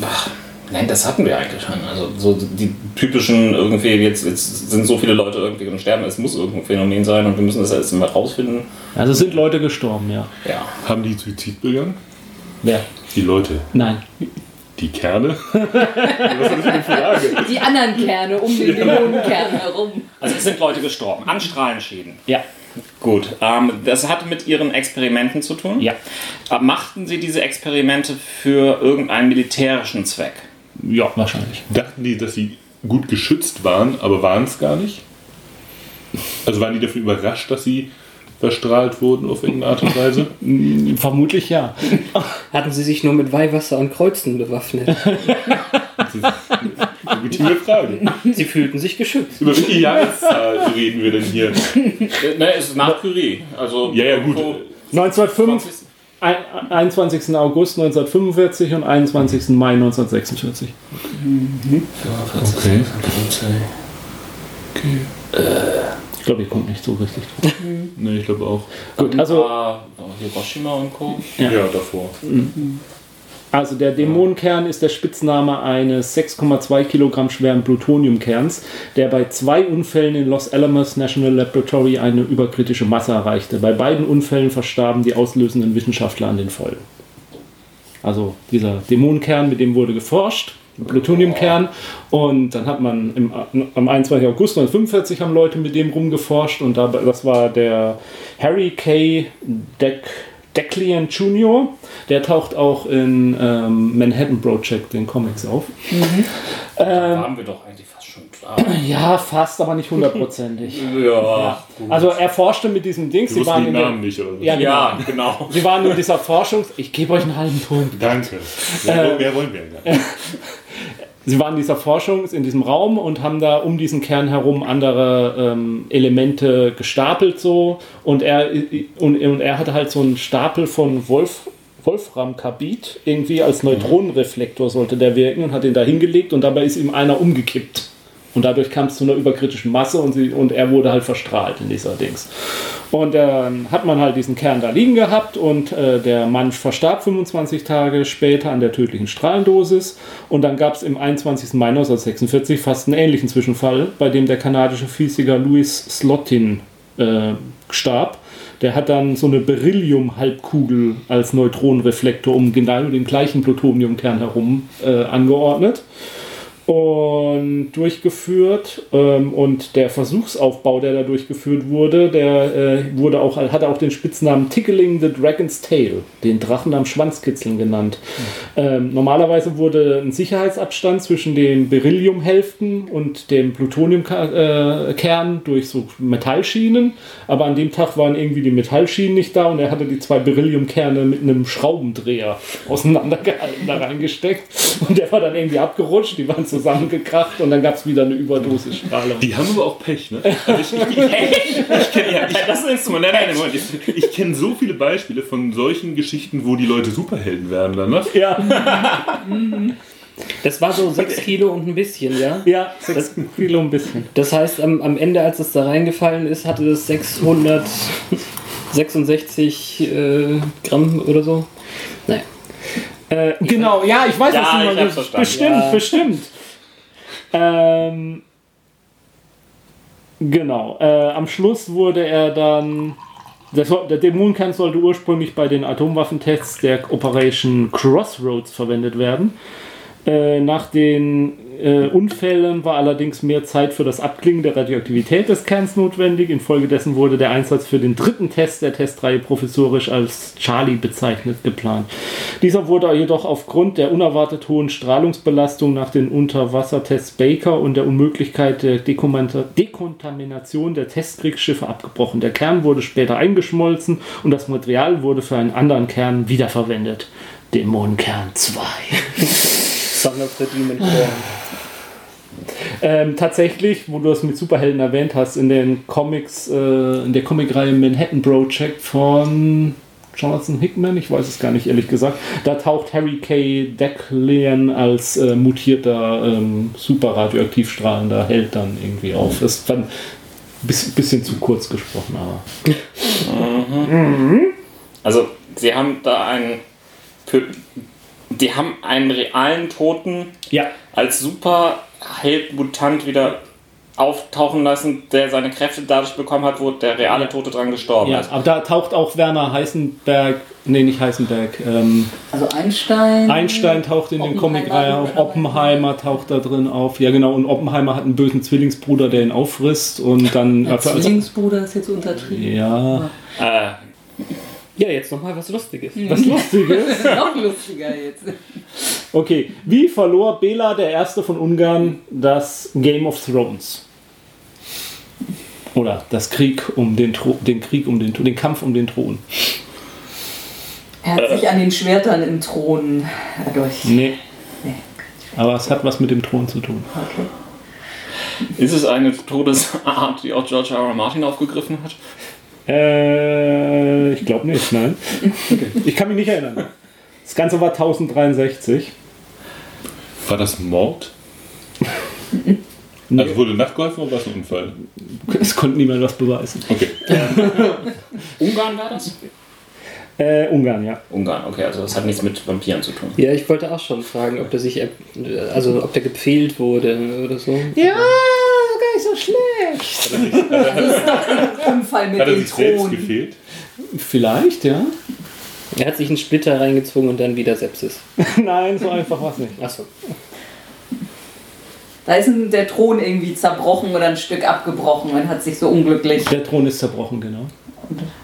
Ach, Nein, das hatten wir eigentlich schon. Also so die typischen irgendwie, jetzt, jetzt sind so viele Leute irgendwie am Sterben, es muss irgendein Phänomen sein und wir müssen das jetzt mal rausfinden. Also es sind Leute gestorben, ja. Ja. Haben die Suizid begangen? Wer? Die Leute, Nein. die *laughs* Kerne? Die anderen Kerne um den Dämonenkern herum. Also es sind Leute gestorben an Strahlenschäden. Ja. Gut, ähm, das hat mit ihren Experimenten zu tun. Ja. Äh, Machten sie diese Experimente für irgendeinen militärischen Zweck? Ja, wahrscheinlich. Dachten die, dass sie gut geschützt waren, aber waren es gar nicht? Also waren die davon überrascht, dass sie verstrahlt wurden auf irgendeine Art und Weise? Vermutlich ja. Hatten sie sich nur mit Weihwasser und Kreuzen bewaffnet. *laughs* Legitime Frage. sie fühlten sich geschützt. Über welche Jahreszahl reden wir denn hier? Äh, ne, es ist nach Curie. Also Ja, ja, gut. irgendwo 1905, 20. ein- 21. August 1945 und 21. Mai 1946. Mhm. Okay. Ich glaube, ihr kommt nicht so richtig drauf. *laughs* Ne, ich glaube auch. Gut, also, Ah, Hiroshima und Co. Ja, davor. also der Dämonenkern ist der Spitzname eines 6,2 Kilogramm schweren Plutoniumkerns, der bei zwei Unfällen in Los Alamos National Laboratory eine überkritische Masse erreichte. Bei beiden Unfällen verstarben die auslösenden Wissenschaftler an den Folgen. Also dieser Dämonenkern, mit dem wurde geforscht, ein Plutoniumkern. Und dann hat man im, am 21. August 1945 haben Leute mit dem rumgeforscht. Und dabei, das war der Harry K. Deck, Declian Jr. Der taucht auch in ähm, Manhattan Project, den Comics, auf. Da haben wir doch eigentlich fast schon klar. Ja, fast, aber nicht hundertprozentig. Ja, gut. also er forschte mit diesem Dings. Du Sie wusstest waren, den in der, Namen nicht, oder? Ja. was? ja *laughs* genau. sie waren in dieser Forschungs... Ich gebe euch einen halben Punkt. *laughs* Danke. Mehr, mehr wollen wir ja. Äh, gar nicht. Sie waren in dieser Forschung, in diesem Raum und haben da um diesen Kern herum andere ähm, Elemente gestapelt so und er, und, und er hatte halt so einen Stapel von Wolf, Wolframkarbid irgendwie als Neutronenreflektor sollte der wirken und hat den da hingelegt und dabei ist ihm einer umgekippt. Und dadurch kam es zu einer überkritischen Masse und, sie, und er wurde halt verstrahlt in dieser Dings. Und dann hat man halt diesen Kern da liegen gehabt und äh, der Mann verstarb 25 Tage später an der tödlichen Strahlendosis. Und dann gab es im 21. Mai 1946 fast einen ähnlichen Zwischenfall, bei dem der kanadische Physiker Louis Slotin äh, starb. Der hat dann so eine Beryllium-Halbkugel als Neutronenreflektor um genau den gleichen Plutoniumkern herum äh, angeordnet und durchgeführt ähm, und der Versuchsaufbau, der da durchgeführt wurde, der äh, wurde auch, hatte auch den Spitznamen Tickling the Dragon's Tail, den Drachen am Schwanzkitzeln genannt. Ähm, normalerweise wurde ein Sicherheitsabstand zwischen den Berylliumhälften und dem Plutoniumkern äh, Kern durch so Metallschienen, aber an dem Tag waren irgendwie die Metallschienen nicht da und er hatte die zwei Berylliumkerne mit einem Schraubendreher auseinandergehalten, da reingesteckt und der war dann irgendwie abgerutscht, die waren zusammengekracht und dann gab es wieder eine Überdosis Strahlung. Die haben aber auch Pech, ne? Also ich, ich, *laughs* Das ist Moment, nein, nein, Moment. Ich kenne so viele Beispiele von solchen Geschichten, wo die Leute Superhelden werden danach. Ja, Das war so 6 Kilo und ein bisschen, ja? ja, sechs Kilo ein bisschen. Das heißt, am, am Ende, als es da reingefallen ist, hatte es 666 äh, Gramm oder so. Naja. Äh, Genau, ja, ich weiß, Ja, was du ich meinst. hab's verstanden. Bestimmt, Ja. bestimmt. Ähm, genau. Äh, am Schluss wurde er dann. Der, soll- der Dämonenkern sollte ursprünglich bei den Atomwaffentests der Operation Crossroads verwendet werden. Äh, nach den äh, Unfällen war allerdings mehr Zeit für das Abklingen der Radioaktivität des Kerns notwendig. Infolgedessen wurde der Einsatz für den dritten Test der Testreihe provisorisch als Charlie bezeichnet geplant. Dieser wurde jedoch aufgrund der unerwartet hohen Strahlungsbelastung nach den Unterwassertests Baker und der Unmöglichkeit der Dekomanta- Dekontamination der Testkriegsschiffe abgebrochen. Der Kern wurde später eingeschmolzen und das Material wurde für einen anderen Kern wiederverwendet. Dämonenkern 2. Son of the Demon Corn. Ähm, tatsächlich, wo du das mit Superhelden erwähnt hast, in den Comics, äh, in der Comicreihe Manhattan Project von Jonathan Hickman, ich weiß es gar nicht ehrlich gesagt, da taucht Harry K. Declan als äh, mutierter, ähm, super radioaktiv strahlender Held dann irgendwie auf. Das ist dann ein bis- bisschen zu kurz gesprochen, aber. Also, sie haben da einen für die haben einen realen Toten Ja, als Superheld-Mutant wieder auftauchen lassen, der seine Kräfte dadurch bekommen hat, wo der reale Ja. Tote dran gestorben ja, ist. aber da taucht auch Werner Heisenberg, nee, nicht Heisenberg, ähm, Also Einstein. Einstein taucht in den Oppenheimer Comic reihe auf, Oppenheimer taucht da drin auf. Ja, genau, und Oppenheimer hat einen bösen Zwillingsbruder, der ihn auffrisst und dann. Der Zwillingsbruder ist jetzt untertrieben. Also- ja. Äh, Ja, jetzt nochmal was Lustiges. Was Lustiges. Noch lustiger jetzt. Okay, wie verlor Bela, der Erste von Ungarn, das Game of Thrones? Oder das Krieg um den Thron, den Krieg um den Thron, den Kampf um den Thron. Er hat Äh. sich an den Schwertern im Thron durch. Nee. Aber es hat was mit dem Thron zu tun. Okay. ist es eine Todesart, die auch George R. R. Martin aufgegriffen hat? Äh, ich glaube nicht, nein. Ich kann mich nicht erinnern. Das Ganze war 1063. War das Mord? Also wurde nachgeholfen oder war es ein Unfall? Es konnte niemand was beweisen. Okay. Ungarn war das? Äh, Ungarn, ja. Ungarn, okay, also das hat nichts mit Vampiren zu tun. Ja, ich wollte auch schon fragen, ob der sich, äh, also ob der gepfählt wurde oder so. Ja, gar nicht so schlecht. Unfall mit Hat er dem sich selbst Thron. gefehlt? Vielleicht, ja. Er hat sich einen Splitter reingezwungen und dann wieder Sepsis. *laughs* Nein, so einfach war es nicht. Achso. Da ist ein- der Thron irgendwie zerbrochen oder ein Stück abgebrochen und hat sich so unglücklich. Der Thron ist zerbrochen, genau.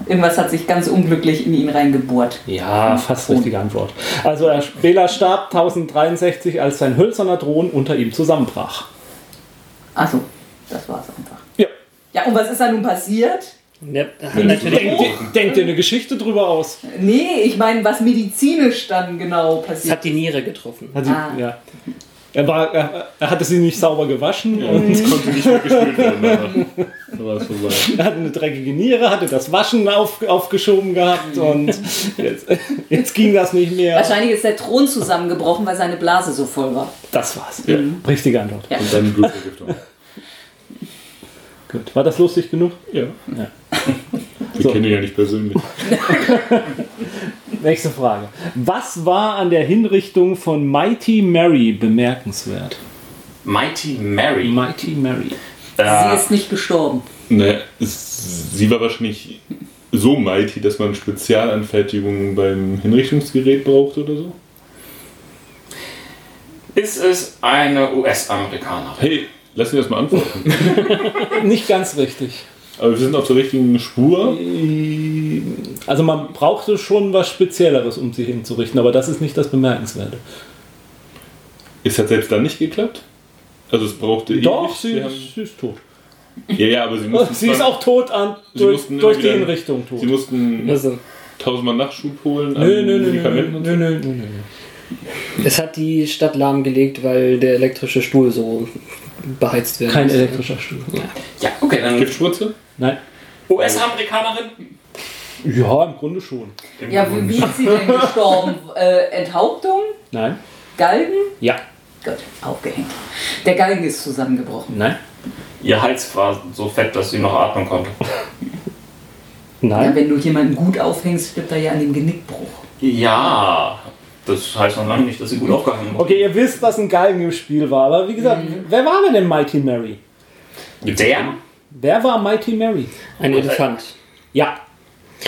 Irgendwas hat sich ganz unglücklich in ihn reingebohrt. Ja, fast richtige Antwort. Also er Bela starb 1063, als sein hölzerner Thron unter ihm zusammenbrach. Achso, Also, das war's einfach. Ja. Ja, und was ist da nun passiert? Ja, hat natürlich Denkt ihr, denkt ihr eine Geschichte drüber aus? Nee, ich meine, was medizinisch dann genau es passiert. hat die Niere getroffen. Also, Ah. ja. Er, war, er, er hatte sie nicht sauber gewaschen und *laughs* Das konnte nicht mehr gespült werden. aber Da war es vorbei. er hatte eine dreckige Niere, hatte das Waschen auf, aufgeschoben gehabt *laughs* und jetzt, jetzt ging das nicht mehr. Wahrscheinlich ist der Thron zusammengebrochen, weil seine Blase so voll war. Das war's. Richtige Antwort. Ja. Und dann Blutvergiftung. Gut. War das lustig genug? Ja. Ja. Wir kennen ihn ja nicht persönlich. Nächste Frage. Was war an der Hinrichtung von Mighty Mary bemerkenswert? Mighty Mary. Mighty Mary. Sie Äh, ist nicht gestorben. Naja, es, sie war wahrscheinlich so mighty, dass man Spezialanfertigungen beim Hinrichtungsgerät braucht oder so. ist es eine US-Amerikanerin? Hey, lass mich das *laughs* mal antworten. Nicht ganz richtig. Aber wir sind auf der richtigen Spur. Also man brauchte schon was Spezielleres, um sie hinzurichten, aber das ist nicht das Bemerkenswerte. Es hat selbst dann nicht geklappt. Also es brauchte Doch, ewig. sie, Wir ist- sie ist tot. haben- Ja, ja, aber *laughs* sie mussten... Sie ist zwar- auch tot an, sie durch, mussten immer durch die wieder- Hinrichtung tot. Sie mussten Also, tausendmal Nachschub holen an Nö, nö, nö, nö, Medikamenten und so. nö, nö, nö, nö. es hat die Stadt lahmgelegt, weil der elektrische Stuhl so beheizt werden Kein musste. elektrischer Stuhl. Ja, okay, dann Giftspritze? Nein. US-Amerikanerin? Ja, im Grunde schon. Ja, wie, wie ist sie denn gestorben? äh, Enthauptung? Nein. Galgen? Ja. Gott, aufgehängt. Der Galgen ist zusammengebrochen. Nein. Ihr Hals war so fett, dass sie noch atmen konnte. Ja, Nein. wenn du jemanden gut aufhängst, stirbt er ja an dem Genickbruch. Ja, das heißt noch lange nicht, dass sie gut aufgehangen war. Okay, ihr wisst, dass ein Galgen im Spiel war, aber wie gesagt, wer war denn Mighty Mary? Der? Wer war Mighty Mary? Ein Elefant. Ja.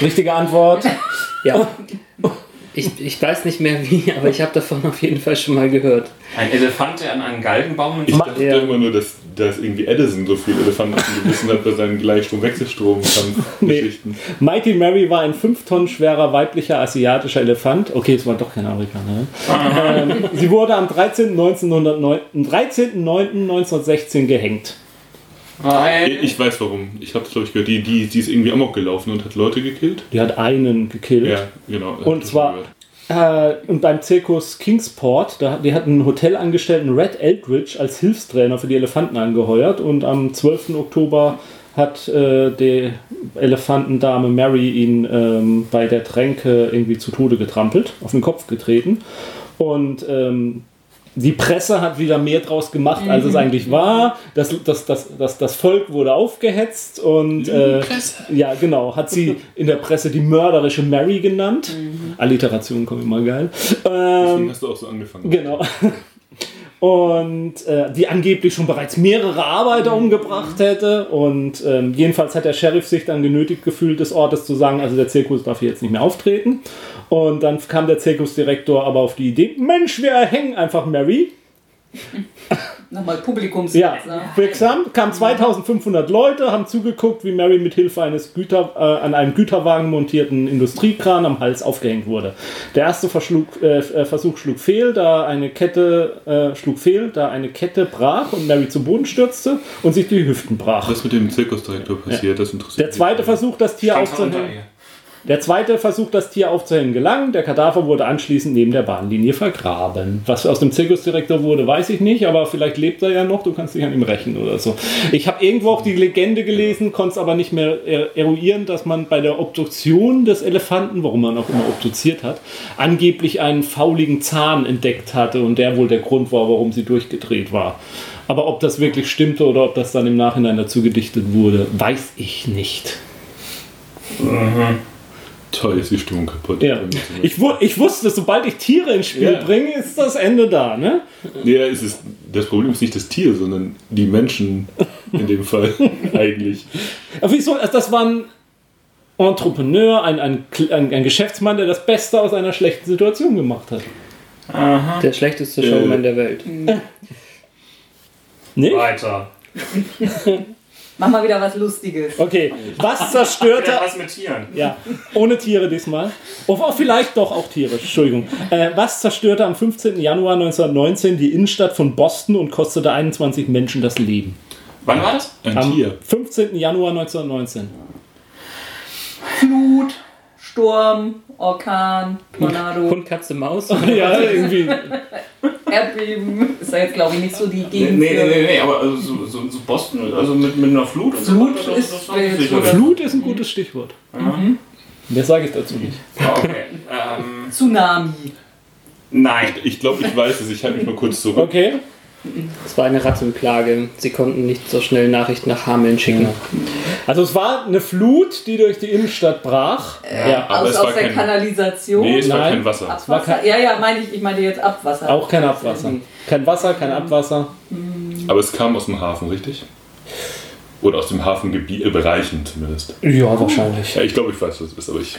Richtige Antwort. Ja. Oh. Ich, ich weiß nicht mehr wie, aber ich habe davon auf jeden Fall schon mal gehört. Ein Elefant, der an einen Galgenbaum Ich ist? dachte Ja. immer nur, dass, dass irgendwie Edison so viel Elefanten gebissen hat bei seinen *laughs* Gleichstrom-Wechselstrom-Geschichten. Mighty Mary war ein 5 Tonnen schwerer weiblicher asiatischer Elefant. Okay, es war doch kein Amerikaner. ne? ähm, sie wurde am 13. 1909 13.09.1916 gehängt. Weil Ich weiß warum. Ich habe das, glaube ich, gehört. Die, die, die ist irgendwie amok gelaufen und hat Leute gekillt. Die hat einen gekillt. Ja, genau. hab Und ich zwar gehört. äh, und beim Zirkus Kingsport, da, die hatten einen Hotelangestellten Red Eldridge als Hilfstrainer für die Elefanten angeheuert und am 12. Oktober hat äh, die Elefantendame Mary ihn ähm, bei der Tränke irgendwie zu Tode getrampelt, auf den Kopf getreten und ähm, die Presse hat wieder mehr draus gemacht, als es eigentlich war. Das, das, das, das, das Volk wurde aufgehetzt und äh, ja, genau, hat sie in der Presse die mörderische Mary genannt. Alliterationen kommen immer geil. Ähm, Deswegen hast du auch so angefangen. Genau. Und äh, die angeblich schon bereits mehrere Arbeiter umgebracht hätte. Und ähm, jedenfalls hat der Sheriff sich dann genötigt gefühlt, des Ortes zu sagen, also der Zirkus darf hier jetzt nicht mehr auftreten. Und dann kam der Zirkusdirektor aber auf die Idee, Mensch, wir erhängen einfach Mary. Nochmal ne? Publikums. Ja, wirksam. Kamen 2500 Leute, haben zugeguckt, wie Mary mit Hilfe eines Güter, äh, an einem Güterwagen montierten Industriekran am Hals aufgehängt wurde. Der erste Verschlug, äh, äh, Versuch schlug fehl, da eine Kette äh, schlug fehl, da eine Kette brach und Mary zu Boden stürzte und sich die Hüften brach. Was mit dem Zirkusdirektor passiert, das interessiert Der zweite Versuch, das Tier aufzuhängen. Der zweite Versuch, das Tier aufzuhängen, gelang. Der Kadaver wurde anschließend neben der Bahnlinie vergraben. Was aus dem Zirkusdirektor wurde, weiß ich nicht, aber vielleicht lebt er ja noch. Du kannst dich an ihm rächen oder so. Ich habe irgendwo auch die Legende gelesen, konnte es aber nicht mehr er- eruieren, dass man bei der Obduktion des Elefanten, warum man auch immer obduziert hat, angeblich einen fauligen Zahn entdeckt hatte und der wohl der Grund war, warum sie durchgedreht war. Aber ob das wirklich stimmte oder ob das dann im Nachhinein dazu gedichtet wurde, weiß ich nicht. Toll, ist die Stimmung kaputt. Ja. Ich, wu ich wusste, sobald ich Tiere ins Spiel Ja. bringe, ist das Ende da, ne? Ja, es ist, das Problem ist nicht das Tier, sondern die Menschen in *laughs* dem Fall eigentlich. Aber wieso? Also Das war ein Entrepreneur, ein, ein, Kl- ein, ein Geschäftsmann, der das Beste aus einer schlechten Situation gemacht hat. Der schlechteste Showman Äh. der Welt. Nicht? Weiter. Mach mal wieder was Lustiges. Okay, was zerstörte. Wieder *laughs* was mit Tieren. Ja, ohne Tiere diesmal. Oh, oh, vielleicht doch auch Tiere, Entschuldigung. Äh, was zerstörte am 15. Januar 1919 die Innenstadt von Boston und kostete 21 Menschen das Leben? Wann war das? Ein Am Tier. 15. Januar 1919. Flut, Sturm, Orkan, Tornado, Hund, Katze, Maus. *laughs* Ja, irgendwie. Erdbeben. Ist ja jetzt, glaube ich, nicht so die Nee, Gegend. nee, für- nee, nee, aber also so, so, so Boston, also mit, mit einer Flut. und so Flut weiter, das- ist- das war nicht sicher. Flut ist ein gutes Stichwort. Mehr sage ich dazu nicht. Ah, Okay. Ähm, Tsunami. nein. Ich glaube, ich weiß es. Ich halte mich mal kurz zurück. Okay. Es war eine Rattenplage. Sie konnten nicht so schnell Nachrichten nach Hameln schicken. Also es war eine Flut, die durch die Innenstadt brach. ja. aber Aus, es aus war der kein- Kanalisation. Nee, es war Nein. kein Wasser. Abwasser. war kein- ja, ja, meine ich, ich meine jetzt Abwasser. Auch kein Abwasser. Kein Wasser, kein Abwasser. Aber es kam aus dem Hafen, richtig? Oder aus dem Hafengebiet, äh, Bereichen zumindest. Ja, wahrscheinlich. Ja, ich glaube, ich weiß, was es ist, aber ich.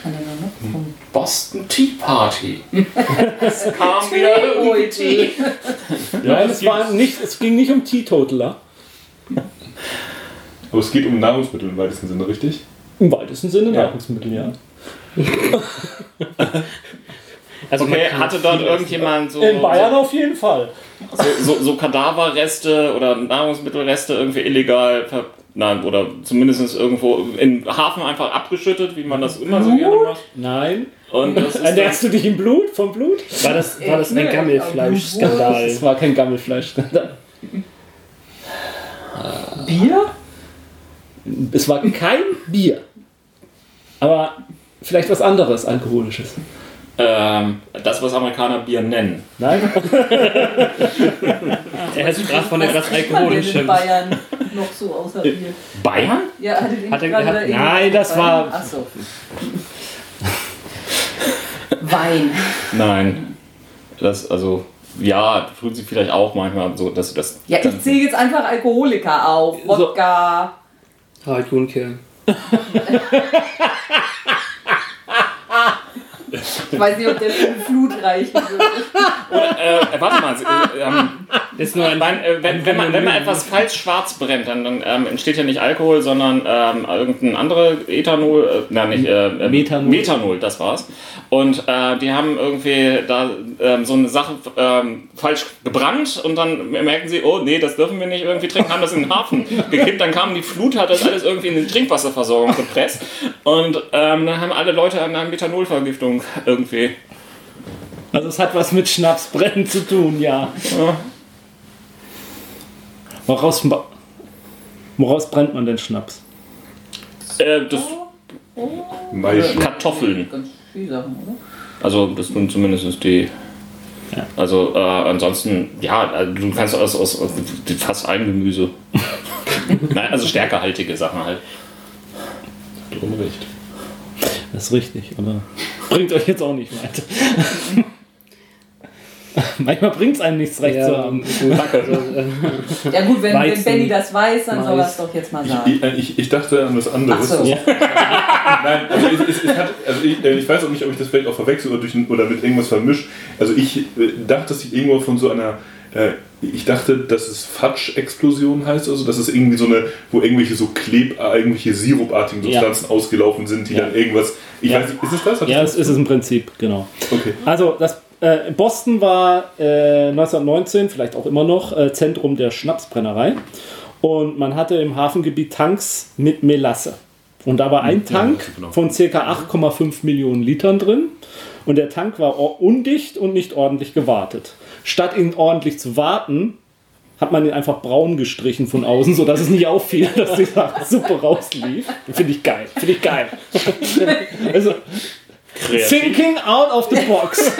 Boston Tea *laughs* Party. Es kam wieder irgendwie Tee. Nein, es, war nicht, es ging nicht um Teetotaler. Aber es geht um Nahrungsmittel im weitesten Sinne, richtig? Im weitesten Sinne Ja. Nahrungsmittel, ja. Also man Okay, kann hatte dort irgendjemand so, In Bayern auf jeden Fall. so, so, so Kadaverreste oder Nahrungsmittelreste irgendwie illegal ver Nein, oder zumindest irgendwo im Hafen einfach abgeschüttet, wie man das immer so gerne macht. Nein. Und das ist dann, Ernährst du dich im Blut, vom Blut? war das, war das ein Nee, Es Gammelfleischskandal? war kein Gammelfleisch. Bier? Es war kein Bier. Aber vielleicht was anderes, alkoholisches. ähm, das, was Amerikaner Bier nennen. Nein? Er sprach von etwas trinkt man denn in Alkoholischem. Bayern noch so außer Bier? Bayern? Ja, hatte den Hat er- gerade hat- da eben- nein, das war- Ach so. Wein. Nein. Das, also, ja, tun sie vielleicht auch manchmal so, dass das. Ja, ich zähle jetzt einfach Alkoholiker auf. Wodka. Harald Junke. Ich weiß nicht, ob der für eine Flut reichen würde. äh, warte mal, sie- äh, ähm, Ist nur ein nein, äh, wenn, wenn, man, wenn man etwas falsch schwarz brennt, dann, dann ähm, entsteht ja nicht Alkohol, sondern ähm, irgendein andere Ethanol, äh, nein, nicht, äh, äh, Methanol. Methanol, das war's. Und äh, die haben irgendwie da ähm, so eine Sache ähm, falsch gebrannt und dann merken sie, oh nee, das dürfen wir nicht irgendwie trinken, haben das in den Hafen gekippt, dann kam die Flut, hat das alles irgendwie in die Trinkwasserversorgung gepresst und ähm, dann haben alle Leute an einer Methanolvergiftung irgendwie. Also es hat was mit Schnapsbrennen zu tun, ja. Woraus, woraus brennt man denn Schnaps? Äh, das Maisch. Kartoffeln. Ganz viele Sachen, oder? Also das sind zumindest die. Also äh, ansonsten, ja, also du kannst aus, aus, aus fast allen Gemüse. Nein, also stärkehaltige Sachen halt. Drum recht. Das ist richtig, aber Bringt euch jetzt auch nicht weiter. *laughs* Manchmal bringt es einem nichts recht zu haben. gut. Also, äh, Ja gut, wenn, wenn Weizen. Benny das weiß, dann soll er Mais. es doch jetzt mal sagen. Ich, äh, ich, ich dachte an was Ach anderes. so. Nein, also, es, es, es hat, also ich, äh, ich weiß auch nicht, ob ich das vielleicht auch verwechsel oder, durch, oder mit irgendwas vermischt. Also ich äh, dachte, dass ich irgendwo von so einer... Äh, ich dachte, dass es Fatsch-Explosion heißt, also dass es irgendwie so eine, wo irgendwelche so Kleb, äh, irgendwelche sirupartigen Ja. Substanzen ausgelaufen sind, die Ja. dann irgendwas. Ich Ja. weiß nicht, ist es das? Hat Ja, es- das ist es im Prinzip, genau. Okay. Also, das, äh, Boston war äh, 1919, vielleicht auch immer noch, äh, Zentrum der Schnapsbrennerei. Und man hatte im Hafengebiet Tanks mit Melasse. Und da war ein Tank genau. von ca. 8,5 Millionen Litern drin. Und der Tank war or- undicht und nicht ordentlich gewartet. Statt ihn ordentlich zu warten, hat man ihn einfach braun gestrichen von außen, sodass es nicht auffiel, *laughs* dass die Suppe rauslief. Finde ich geil. Finde ich geil. Also, Thinking out of the box.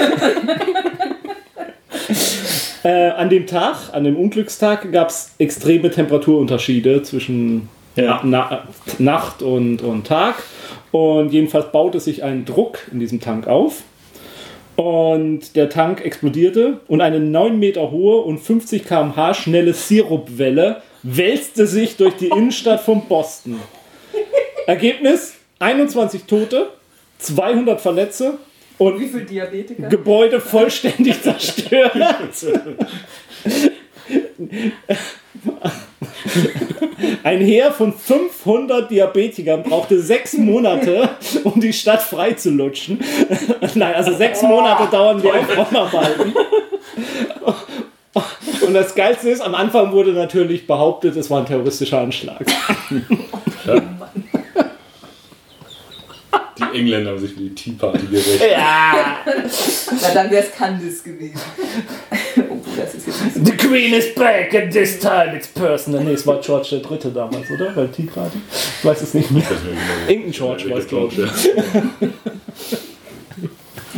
äh, an dem Tag, an dem Unglückstag, gab es extreme Temperaturunterschiede zwischen äh, Na Nacht und, und Tag. Und jedenfalls baute sich ein Druck in diesem Tank auf. Und der Tank explodierte und eine 9 Meter hohe und 50 km/h schnelle Sirupwelle wälzte sich durch die Innenstadt von Boston. Ergebnis: 21 Tote, 200 Verletzte und Wie viel Diabetiker? Gebäude vollständig zerstört. Ein Heer von 500 Diabetikern brauchte sechs Monate, um die Stadt freizulutschen. Nein, also sechs Monate dauern die Aufräumarbeiten. Und das Geilste ist, am Anfang wurde natürlich behauptet, es war ein terroristischer Anschlag. Die Engländer haben sich für die Tea Party gerecht. Na, dann wäre es Candice *laughs* gewesen. Obwohl, Oh, das ist jetzt nicht so. The Queen is back and this time it's personal. Nee, es war George der Dritte damals, oder? Beim Tea Party? Ich weiß es nicht mehr. genau Irgendein George war es, glaube ich.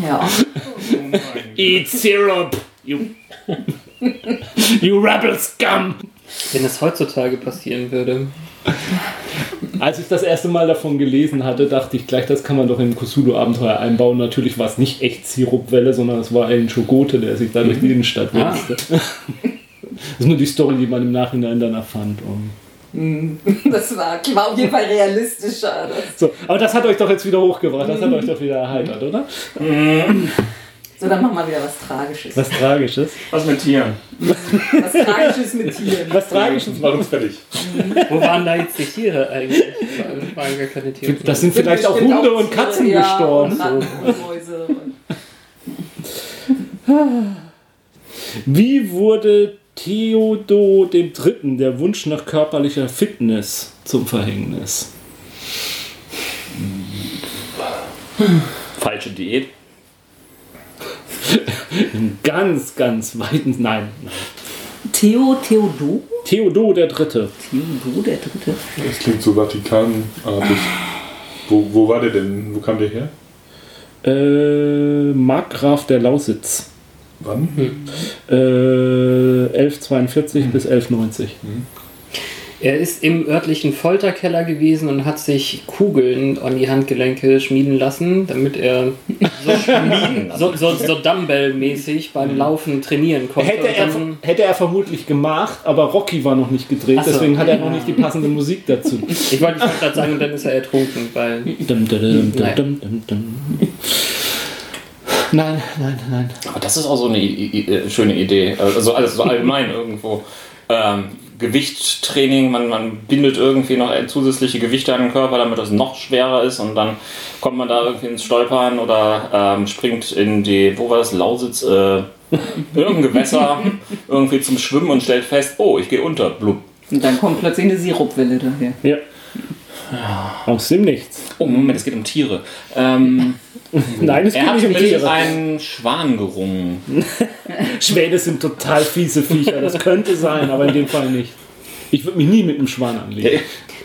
Ja. Eat syrup, you... *laughs* you rebel scum! *laughs* wenn das heutzutage passieren würde. Als ich das erste Mal davon gelesen hatte, dachte ich gleich, das kann man doch in Kosudo-Abenteuer einbauen. Natürlich war es nicht echt Sirupwelle, sondern es war ein Schogote, der sich da durch die Innenstadt wälzte. Das ist nur die Story, die man im Nachhinein dann erfand. um Und Das war, war auf jeden Fall realistischer. Das. so. Aber das hat euch doch jetzt wieder hochgebracht, das hat euch doch wieder erheitert, oder? So, dann machen wir wieder was Tragisches. Was, Was Tragisches. Was mit Tieren? Tragisches mit Tieren. Was Tragisches War uns fertig. Wo waren da jetzt die Tiere eigentlich? Da waren gar keine Tiere. Das sind *laughs* vielleicht auch bestimmt Hunde und Tiere, Katzen ja, gestorben. Und Ratten und Mäuse. Und Wie wurde Theodo III. der Wunsch nach körperlicher Fitness zum Verhängnis? Falsche Diät. In ganz, ganz weiten. Nein. Theo, Theodo? Theodo III. Theodo, der Dritte. Das klingt so Vatikanartig. Wo, wo war der denn? Wo kam der her? Äh, Markgraf der Lausitz. Wann? Äh, 1142 bis 1190. Er ist im örtlichen Folterkeller gewesen und hat sich Kugeln an die Handgelenke schmieden lassen, *laughs* damit er so, schmieden, so, so, so Dumbbell-mäßig beim Laufen trainieren konnte. Hätte Und er, dann- hätte er vermutlich gemacht, aber Rocky war noch nicht gedreht, Ach so. deswegen hat er noch *laughs* nicht die passende Musik dazu. ich wollte gerade sagen, und dann ist er ertrunken, weil Dum, dum, dum, Nein. dum, dum, dum. Nein, nein, nein. Aber das ist auch so eine I I äh, schöne Idee. Also alles *laughs* so allgemein irgendwo. Ähm, Gewichttraining, man, man bindet irgendwie noch zusätzliche Gewichte an den Körper, damit es noch schwerer ist und dann kommt man da irgendwie ins Stolpern oder ähm, springt in die, wo war das, *laughs* Lausitz, äh, irgendein Gewässer irgendwie zum Schwimmen und stellt fest, oh, ich gehe unter, blub. Und dann kommt plötzlich eine Sirupwelle daher. Ja. Aus dem Nichts. Oh, Moment, es geht um Tiere. Ähm, *laughs* Nein, es er geht hat nicht um mit Tiere. einem Schwan gerungen. Schwäne sind total fiese Viecher. Das könnte sein, aber in dem Fall nicht. Ich würde mich nie mit einem Schwan anlegen.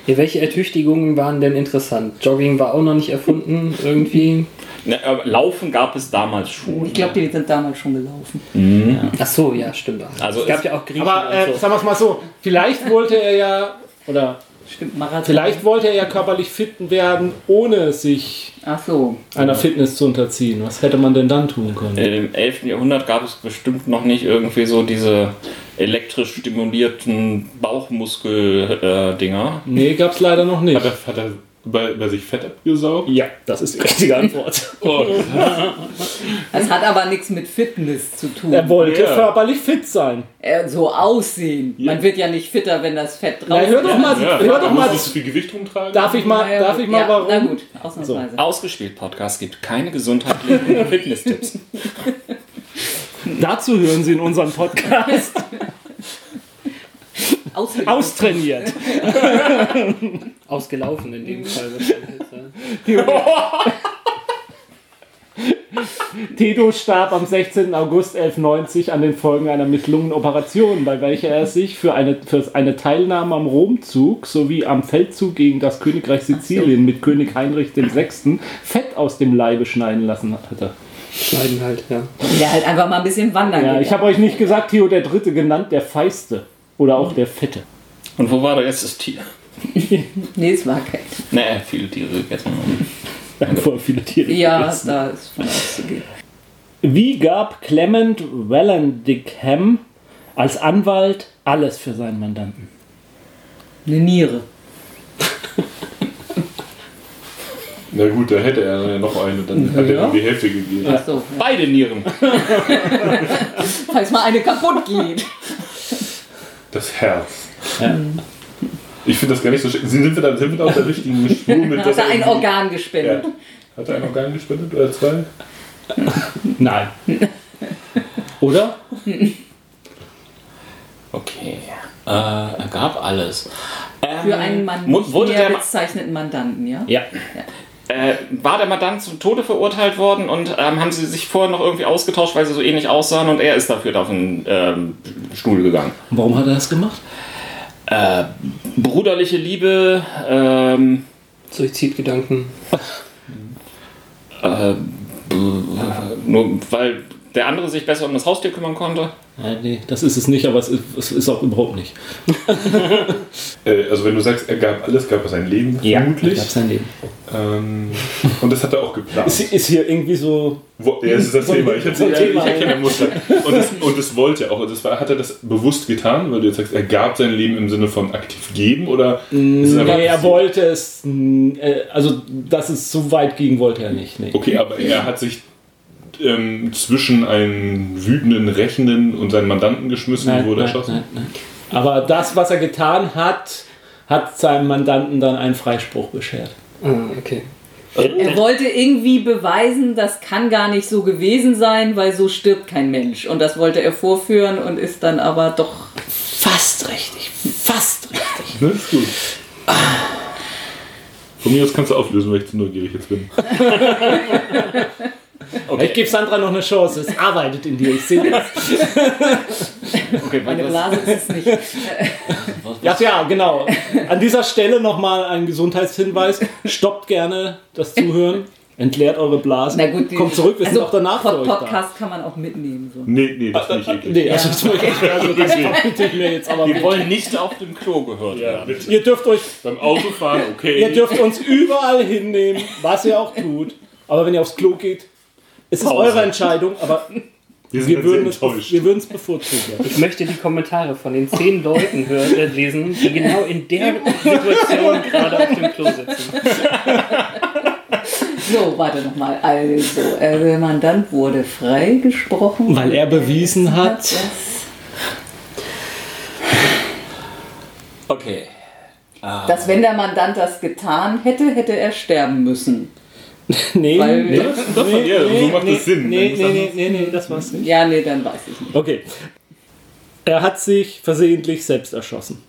Ja, welche Ertüchtigungen waren denn interessant? Jogging war auch noch nicht erfunden, irgendwie. Ne, aber Laufen gab es damals schon. Ich glaube, die sind damals schon gelaufen. Ach so, ja, stimmt. Also es gab es- ja auch Griechen Aber äh, und so. sagen wir es mal so: Vielleicht wollte er ja, oder Stimmt, Marathon. Vielleicht wollte er ja körperlich fit werden, ohne sich Ach so. einer Fitness zu unterziehen. Was hätte man denn dann tun können? Im 11. Jahrhundert gab es bestimmt noch nicht irgendwie so diese elektrisch stimulierten äh, Bauchmuskel-Dinger. Nee, gab's leider noch nicht. Hat er, hat er bei, bei sich Fett abgesaugt? äh, Ja, das ist die richtige Antwort. Es hat aber nichts mit Fitness zu tun. Er wollte Ja. körperlich fit sein. Äh, so aussehen. Man wird ja nicht fitter, wenn das Fett Na, drauf hör doch mal, hör doch du mal. musst so viel Gewicht rumtragen? Darf ich mal, Ja, darf gut. ich mal ja, warum? Na gut, ausnahmsweise. Ausgespielt Podcast gibt keine gesundheitlichen Fitness-Tipps. Dazu hören Sie in unserem *laughs* Podcast Ausgebildet. austrainiert. *laughs* Ausgelaufen in dem Fall. wahrscheinlich, Tedo starb am 16. August 1190 an den Folgen einer misslungenen Operation, bei welcher er sich für eine, für eine Teilnahme am Romzug sowie am Feldzug gegen das Königreich Sizilien mit König Heinrich VI. Fett aus dem Leibe schneiden lassen hatte. Schneiden halt, ja. Ja, halt einfach mal ein bisschen Ja, wandern. gegangen. ich habe euch nicht gesagt, Theo der Dritte genannt, der Feiste oder auch der Fette. Und wo war da jetzt das Tier? nee, es war kein. Nee, viele Tiere gegessen. Da haben vorher viele Tiere Ja, gegessen. da ist von auszugehen. Wie gab Clement Wallendigham als Anwalt alles für seinen Mandanten? Eine Niere. Na gut, da hätte er ja noch eine, dann hat er Ja. ihm die Hälfte gegeben. Ach so, ja. Beide Nieren. Falls mal eine kaputt geht. Das Herz. Ich finde das gar nicht so schön. Sind wir da sind wir da auf der richtigen *laughs* Spur mit Hat dass er ein irgendwie- Organ Ja. gespendet. Hat er ein Organ gespendet oder zwei? Nein. Oder? Okay. Äh, er gab alles. Ähm, Für einen Mann mu- nicht wurde mehr der Ma- bezeichneten Mandanten, ja? Ja. äh, war der Mandant zum Tode verurteilt worden und ähm, haben sie sich vorher noch irgendwie ausgetauscht, weil sie so ähnlich aussahen und er ist dafür auf den ähm, Stuhl gegangen. Warum hat er das gemacht? Äh, bruderliche Liebe, ähm, Suizidgedanken. äh, nur weil der andere sich besser um das Haustier kümmern konnte. Ja, nee, das ist es nicht, aber es ist, es ist auch überhaupt nicht. Äh, Also wenn du sagst, er gab alles, gab er sein Leben vermutlich. Ich sein Leben. Ähm, und das hat er auch Ist, geplant. ist hier irgendwie so. Wo, ja, das ist das So ein- Thema. Ich, hab's- so ein ja, Thema, ich erkenne Muster. Und das, und das wollte er auch. Und das war, hat er das bewusst getan, weil du jetzt sagst, er gab sein Leben im Sinne von aktiv geben oder ist es einfach Nee, Mm, er passiert? wollte es. mh, äh, Also, dass es so weit ging, wollte er nicht. Nee. Okay, aber er hat sich ähm, zwischen einen wütenden Rächenden und seinen Mandanten geschmissen und wurde erschossen. nein. Aber das, was er getan hat, hat seinem Mandanten dann einen Freispruch beschert. Ah, okay. Er wollte irgendwie beweisen, das kann gar nicht so gewesen sein, weil so stirbt kein Mensch. Und das wollte er vorführen und ist dann aber doch fast richtig. Fast richtig. Ne, ist gut. Von mir aus kannst du auflösen, weil ich zu neugierig jetzt bin. Ich gebe Sandra noch eine Chance. Es arbeitet in dir. Ich sehe das. Okay, Meine was, Blase ist es nicht. Ja, ja, *laughs* genau. An dieser Stelle nochmal ein Gesundheitshinweis. Stoppt gerne das Zuhören. Entleert eure Blasen. Na gut, die- Kommt zurück, wir sind auch danach für Pod euch da. Podcast kann man auch mitnehmen. So. Nee, nee, das finde ich eklig. *laughs* Nee, also, das möchte ich- also *laughs* das bitte ich mir jetzt aber wir nicht. wollen nicht auf dem Klo gehört Ja, werden. bitte. Ihr dürft euch, Beim Autofahren, okay. ihr dürft uns überall hinnehmen, was ihr auch tut. Aber wenn ihr aufs Klo geht, es ist eure Entscheidung, aber wir sind wir wir sehr würden es, enttäuscht. wir würden es bevorzugen. Ich möchte die Kommentare von den *laughs* zehn Leuten hören, äh, lesen, die genau in der Situation gerade auf dem Klo sitzen. So, warte nochmal. Also, äh, der Mandant wurde freigesprochen. Weil er bewiesen hat, Das, Okay. Ah. dass wenn der Mandant das getan hätte, hätte er sterben müssen. *laughs* nee, Weil- nee, Doch, ja, so macht nee, das Sinn. nee, Dann nee, muss nee, nee, nee, das war's nicht. Ja, nee, dann weiß ich nicht. Okay. Er hat sich versehentlich selbst erschossen.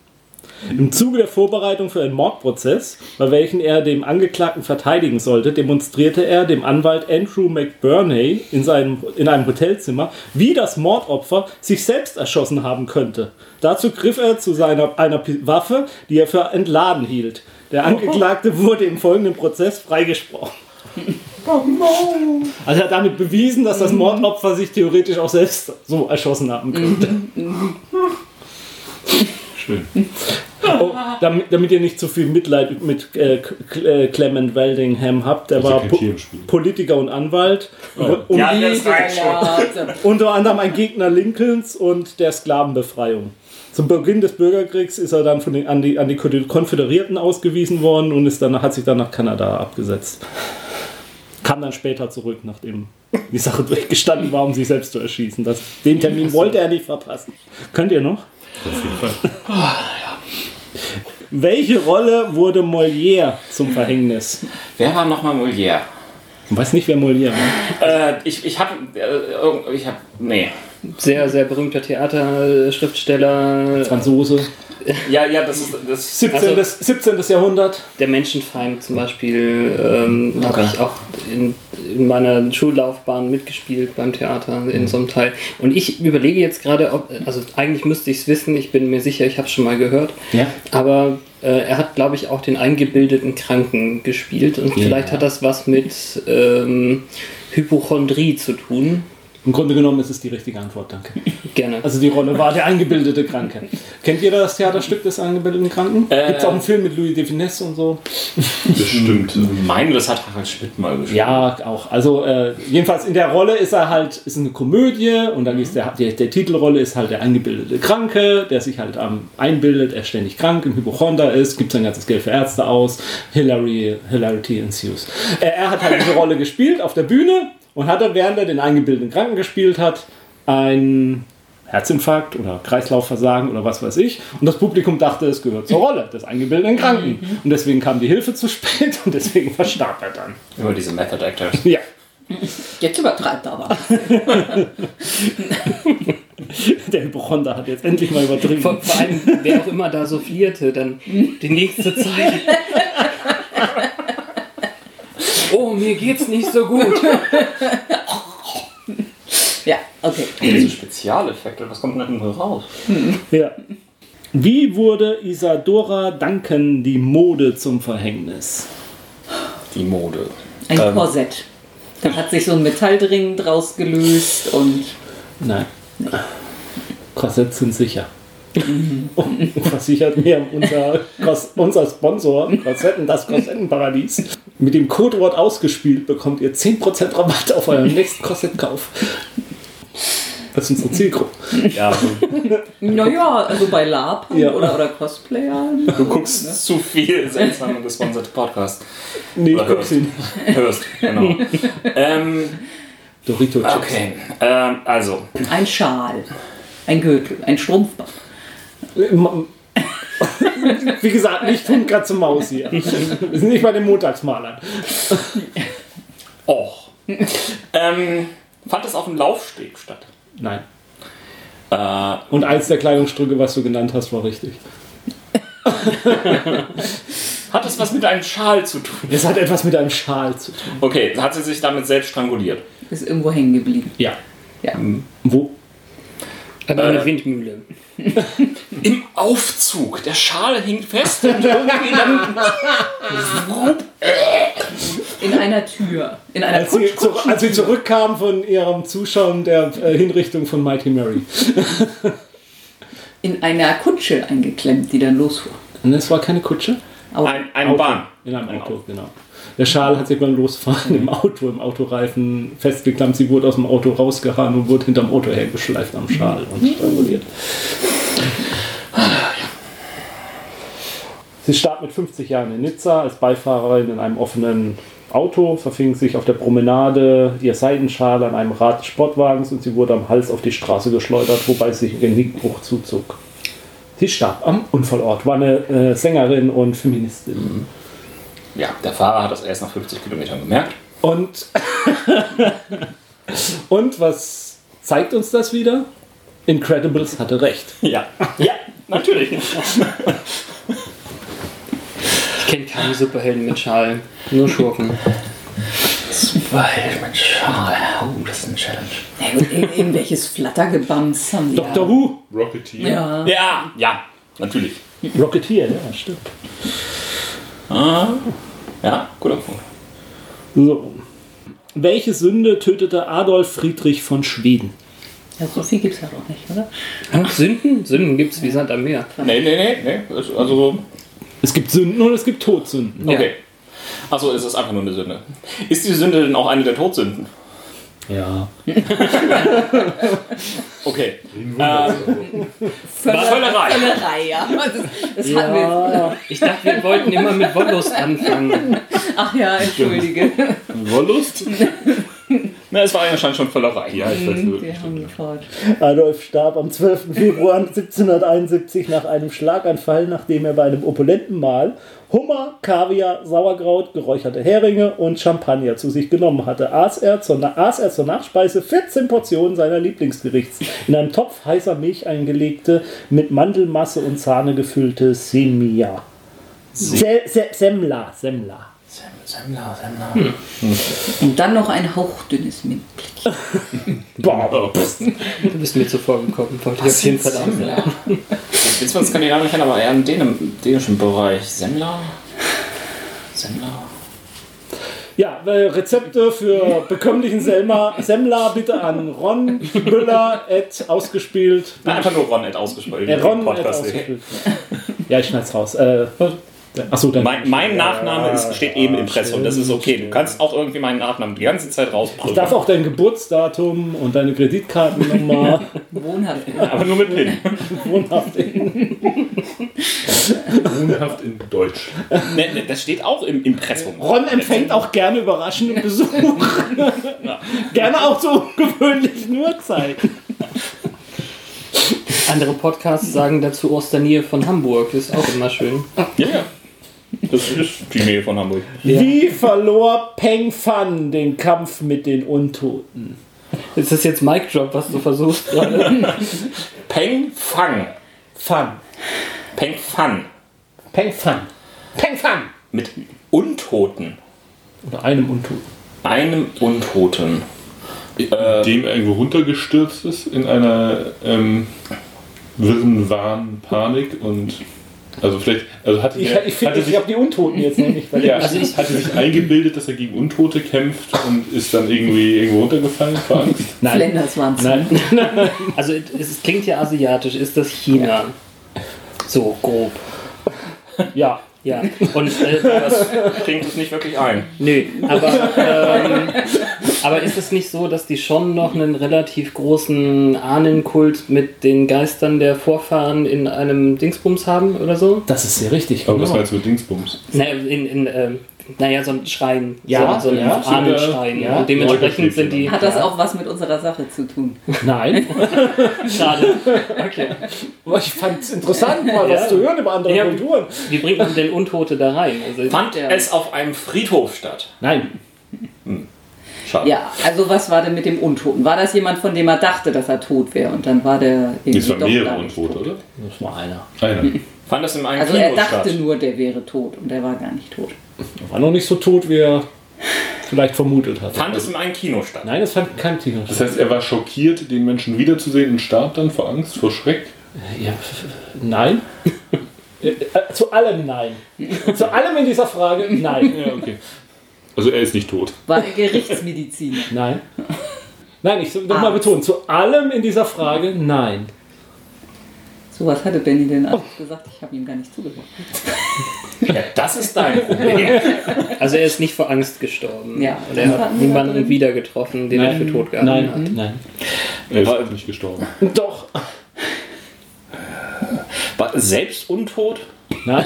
Im Zuge der Vorbereitung für einen Mordprozess, bei welchen er dem Angeklagten verteidigen sollte, demonstrierte er dem Anwalt Andrew McBurney in, seinem, in einem Hotelzimmer, wie das Mordopfer sich selbst erschossen haben könnte. Dazu griff er zu seiner, einer Pi- Waffe, die er für entladen hielt. Der Angeklagte wurde im folgenden Prozess freigesprochen. Also er hat damit bewiesen, dass das Mordopfer sich theoretisch auch selbst so erschossen haben könnte. Schön. Oh, damit, damit ihr nicht zu viel Mitleid mit äh, Cl- äh, Clement Weldingham habt, der Also war kein po Tier im Spiel. Politiker und Anwalt. Um Ja, die, das reicht schon. unter anderem ein Gegner Lincolns und der Sklavenbefreiung. Zum Beginn des Bürgerkriegs ist er dann von den, an, die, an die Konföderierten ausgewiesen worden und ist dann, hat sich dann nach Kanada abgesetzt. Kam dann später zurück, nachdem die Sache *laughs* durchgestanden war, um sich selbst zu erschießen. Das, den Termin wollte er nicht verpassen. Könnt ihr noch? Oh, Welche Rolle wurde Molière zum Verhängnis? Wer war nochmal Molière? Ich weiß nicht, wer Molière war. Äh, ich ich habe. Äh, ich habe. Nee. Sehr, sehr berühmter Theaterschriftsteller, Franzose. Also- Ja, ja, das ist. Das, 17. 17. Jahrhundert. der Menschenfeind zum Beispiel, ähm, habe Okay. ich auch in, in meiner Schullaufbahn mitgespielt beim Theater Mhm. in so einem Teil. Und ich überlege jetzt gerade, ob, also eigentlich müsste ich es wissen, ich bin mir sicher, ich habe es schon mal gehört. ja. Aber äh, er hat, glaube ich, auch den eingebildeten Kranken gespielt und vielleicht hat das was mit ähm, Hypochondrie zu tun. Im Grunde genommen ist es die richtige Antwort, danke. Gerne. Also die Rolle war der eingebildete Kranke. Kennt jeder das Theaterstück des eingebildeten Kranken? Gibt's Gibt es auch einen Film mit Louis de Finesse und so? *laughs* Bestimmt. Ich meine, das hat Harald Schmidt mal geschrieben. Ja, auch. Also äh, jedenfalls in der Rolle ist er halt, ist eine Komödie und dann ist der, der, der Titelrolle ist halt der eingebildete Kranke, der sich halt am einbildet, er ist ständig krank, ein Hypochonder ist, gibt sein ganzes Geld für Ärzte aus, Hilary, Hilarity ensues. Äh, er hat halt diese Rolle gespielt auf der Bühne und hat dann, während er den eingebildeten Kranken gespielt hat, ein Herzinfarkt oder Kreislaufversagen oder was weiß ich. Und das Publikum dachte, es gehört zur Rolle des eingebildeten Kranken. Und deswegen kam die Hilfe zu spät und deswegen verstarb er dann. Über diese Method Actors. Ja. *laughs* Jetzt übertreibt er aber. *laughs* Der Hypochonder hat jetzt endlich mal übertrieben. Vor, vor allem, wer auch immer da so flirte, dann die nächste Zeit. Oh, mir geht's nicht so gut. Ja, okay. Diese Spezialeffekte, was kommt denn da raus? ja. Wie wurde Isadora Duncan die Mode zum Verhängnis? Die Mode. Ein Ähm. Korsett. Da hat sich so ein Metallring draus gelöst und Nein. Korsets sind sicher. Und Versichert mir unser, Kors- unser Sponsor Korsetten, das Korsettenparadies. Mit dem Codewort ausgespielt bekommt ihr 10% Rabatt auf euren nächsten Korsettkauf. Das ist unsere Zielgruppe. Ja, also, ne? du, naja, also bei Lab Ja. oder, oder Cosplayern. du guckst zu viel seltsame gesponserte Podcasts. Nee, ich Oder guck sie nicht. Hörst, genau. ähm, Dorito Chips. okay, ähm, also. Ein Schal, ein Gürtel, ein Schrumpfband. *laughs* Wie gesagt, nicht Hund, Katze, Maus hier. Wir sind nicht bei den Montagsmalern. Och. oh. ähm, fand es auf dem Laufsteg statt? Nein. Äh, Und eins der Kleidungsstücke, was du genannt hast, war richtig. hat es was mit einem Schal zu tun? Es hat etwas mit einem Schal zu tun. Okay, hat sie sich damit selbst stranguliert? Ist irgendwo hängen geblieben. Ja. Ja. Ähm, Wo? An einer Windmühle. Im Aufzug. Der Schal hing fest und irgendwie dann. In einer Tür. In einer Als sie, Kutsch zu, als sie zurückkam von ihrem Zuschauen der äh, Hinrichtung von Mighty Mary. in einer Kutsche eingeklemmt, die dann losfuhr. Und es war keine Kutsche? Aber Ein, eine Bahn. In einem Auto, genau. Der Schal hat sich beim Losfahren im Auto, im Autoreifen festgeklammt. Sie wurde aus dem Auto rausgehauen und wurde hinterm Auto hergeschleift am Schal und stranguliert. Sie starb mit 50 Jahren in Nizza als Beifahrerin in einem offenen Auto, verfing sich auf der Promenade ihr Seidenschal an einem Rad des Sportwagens und sie wurde am Hals auf die Straße geschleudert, wobei sie sich Genickbruch zuzog. Sie starb am Unfallort, war eine äh, Sängerin und Feministin. Ja, der Fahrer hat das erst nach 50 Kilometern gemerkt. Und, *laughs* und was zeigt uns das wieder? Incredibles hatte recht. Ja. Ja, natürlich. Ich kenne keine Superhelden mit Schal, nur Schurken. Weil mein Schal. Oh, das ist eine Challenge. Ja, gut, ir- irgendwelches Flattergebams haben die. Dr. Who, Rocketeer. Ja. Ja, ja, natürlich. Rocketeer, ne? ja, stimmt. Ah, Ja, guter Punkt. So. Welche Sünde tötete Adolf Friedrich von Schweden? Ja, so viel gibt es halt auch nicht, oder? Ach, Sünden? Sünden gibt es wie Sand am Meer. Nee, nee, nee, nee. Ist Also, Es gibt Sünden und es gibt Todsünden. okay. Achso, es ist einfach nur eine Sünde. Ist die Sünde denn auch eine der Todsünden? Ja. *laughs* Okay. Völlerei. Völlerei, ja. Das, das hatten wir. Ich dachte, wir wollten immer mit Wollust anfangen. Ach ja, entschuldige. Wollust? Na, es war ja anscheinend schon Völlerei. Ja, ich weiß nicht. Wir haben gefragt. Adolf starb am 12. Februar 1771 nach einem Schlaganfall, nachdem er bei einem opulenten Mahl Hummer, Kaviar, Sauerkraut, geräucherte Heringe und Champagner zu sich genommen hatte. Aß er zur, Na- aß er zur Nachspeise 14 Portionen seiner Lieblingsgerichts. In einem Topf heißer Milch eingelegte, mit Mandelmasse und Sahne gefüllte Semia. Se Se Semla, Semla. Und dann noch ein hauchdünnes Mintblättchen. Oh, Boah, Du bist mir zuvor gekommen, wollte ich auf jeden Fall auch sagen. Jetzt von Skandinavien kennen, aber eher im Dänem, dänischen Bereich. Semmler? Semmler? Ja, äh, Rezepte für bekömmlichen Selma, Semmler bitte an Ron Müller at ausgespielt. Nein, einfach nur Ron hat ausgesprochen. Äh, Ron at Podcast. ausgespielt. Ja, ich schneid's raus. Äh, achso, dann. Mein, mein Nachname ist, steht eben im Pressum, das ist okay. Du kannst auch irgendwie meinen Nachnamen die ganze Zeit Ich darf rausprüfen. auch dein Geburtsdatum und deine *laughs* Kreditkartennummer Wohnhaft. Aber nur mit *laughs* Pin. wohnhaft Wohnhaft in Deutsch. Nee, nee, Ne, das steht auch im Impressum. Ron empfängt auch gerne überraschenden Besuch. gerne auch zu ungewöhnlichen Uhrzeiten. Andere Podcasts sagen dazu aus der Nähe von Hamburg, das ist auch immer schön. Ja, ja. Das ist die Nähe von Hamburg. Wie verlor Peng Fan den Kampf mit den Untoten? Ist das jetzt Mic Drop, was du versuchst gerade? Peng Fang. Fan. Peng Fan. Peng Fan. Peng Fan! Mit Untoten. Oder einem Untoten. Einem Untoten. Äh, Dem er irgendwo runtergestürzt ist in einer ähm, wirren, wahren Panik und. Also vielleicht, also hatte Ich, er, ich, find- hatte ich sich, habe die Untoten jetzt noch nicht. Weil ja, also hatte sich eingebildet, dass er gegen Untote kämpft und ist dann irgendwie irgendwo runtergefallen vor Angst. Flenders waren es. Nein. Also es, es klingt ja asiatisch, ist das China? So grob. Ja. Ja. Und äh, klingt es nicht wirklich ein. Nö, aber, ähm, aber ist es nicht so, dass die schon noch einen relativ großen Ahnenkult mit den Geistern der Vorfahren in einem Dingsbums haben oder so? Das ist sehr richtig. genau. Aber Oh, was meinst du mit Dingsbums? Na, in, in, ähm, naja, so ein Schrein. Ja, so, so ein ja. Ahnenschrein. Ja. Und dementsprechend sind die. Hat das auch was mit unserer Sache zu tun? Nein. *laughs* Schade. Okay. Aber ich fand es interessant, mal was zu hören über andere Ja. Kulturen. Wie bringt man denn Untote da rein? Also, Fand es auf einem Friedhof statt? Nein. Schade. Ja, also was war denn mit dem Untoten? War das jemand, von dem er dachte, dass er tot wäre? Und dann war der irgendwie Es waren doch mehrere gar nicht Untote, tot. oder? Das war einer. Einer. Fand das in einem Also Kino er dachte statt? nur, der wäre tot und er war gar nicht tot. Der war noch nicht so tot, wie er vielleicht vermutet hat. Fand es in einem Kino statt? Nein, es fand kein Tiger Das heißt, er war schockiert, den Menschen wiederzusehen und starb dann vor Angst, vor Schreck. Ja, f- f- nein. *laughs* Äh, äh, Zu allem nein. Zu allem in dieser Frage nein. Ja, okay. Also er ist nicht tot. War er Gerichtsmediziner? Nein. Nein, ich nochmal betonen, zu allem in dieser Frage nein. So was hatte Benny denn alles gesagt? Ich habe ihm gar nicht zugehört. Ja, das ist *laughs* dein Problem. also er ist nicht vor Angst gestorben. Ja. Und er hat niemanden wieder getroffen, den er für tot gehalten nein, hat. nein. Er ist Aber- nicht gestorben. Doch. War selbst untot? Nein.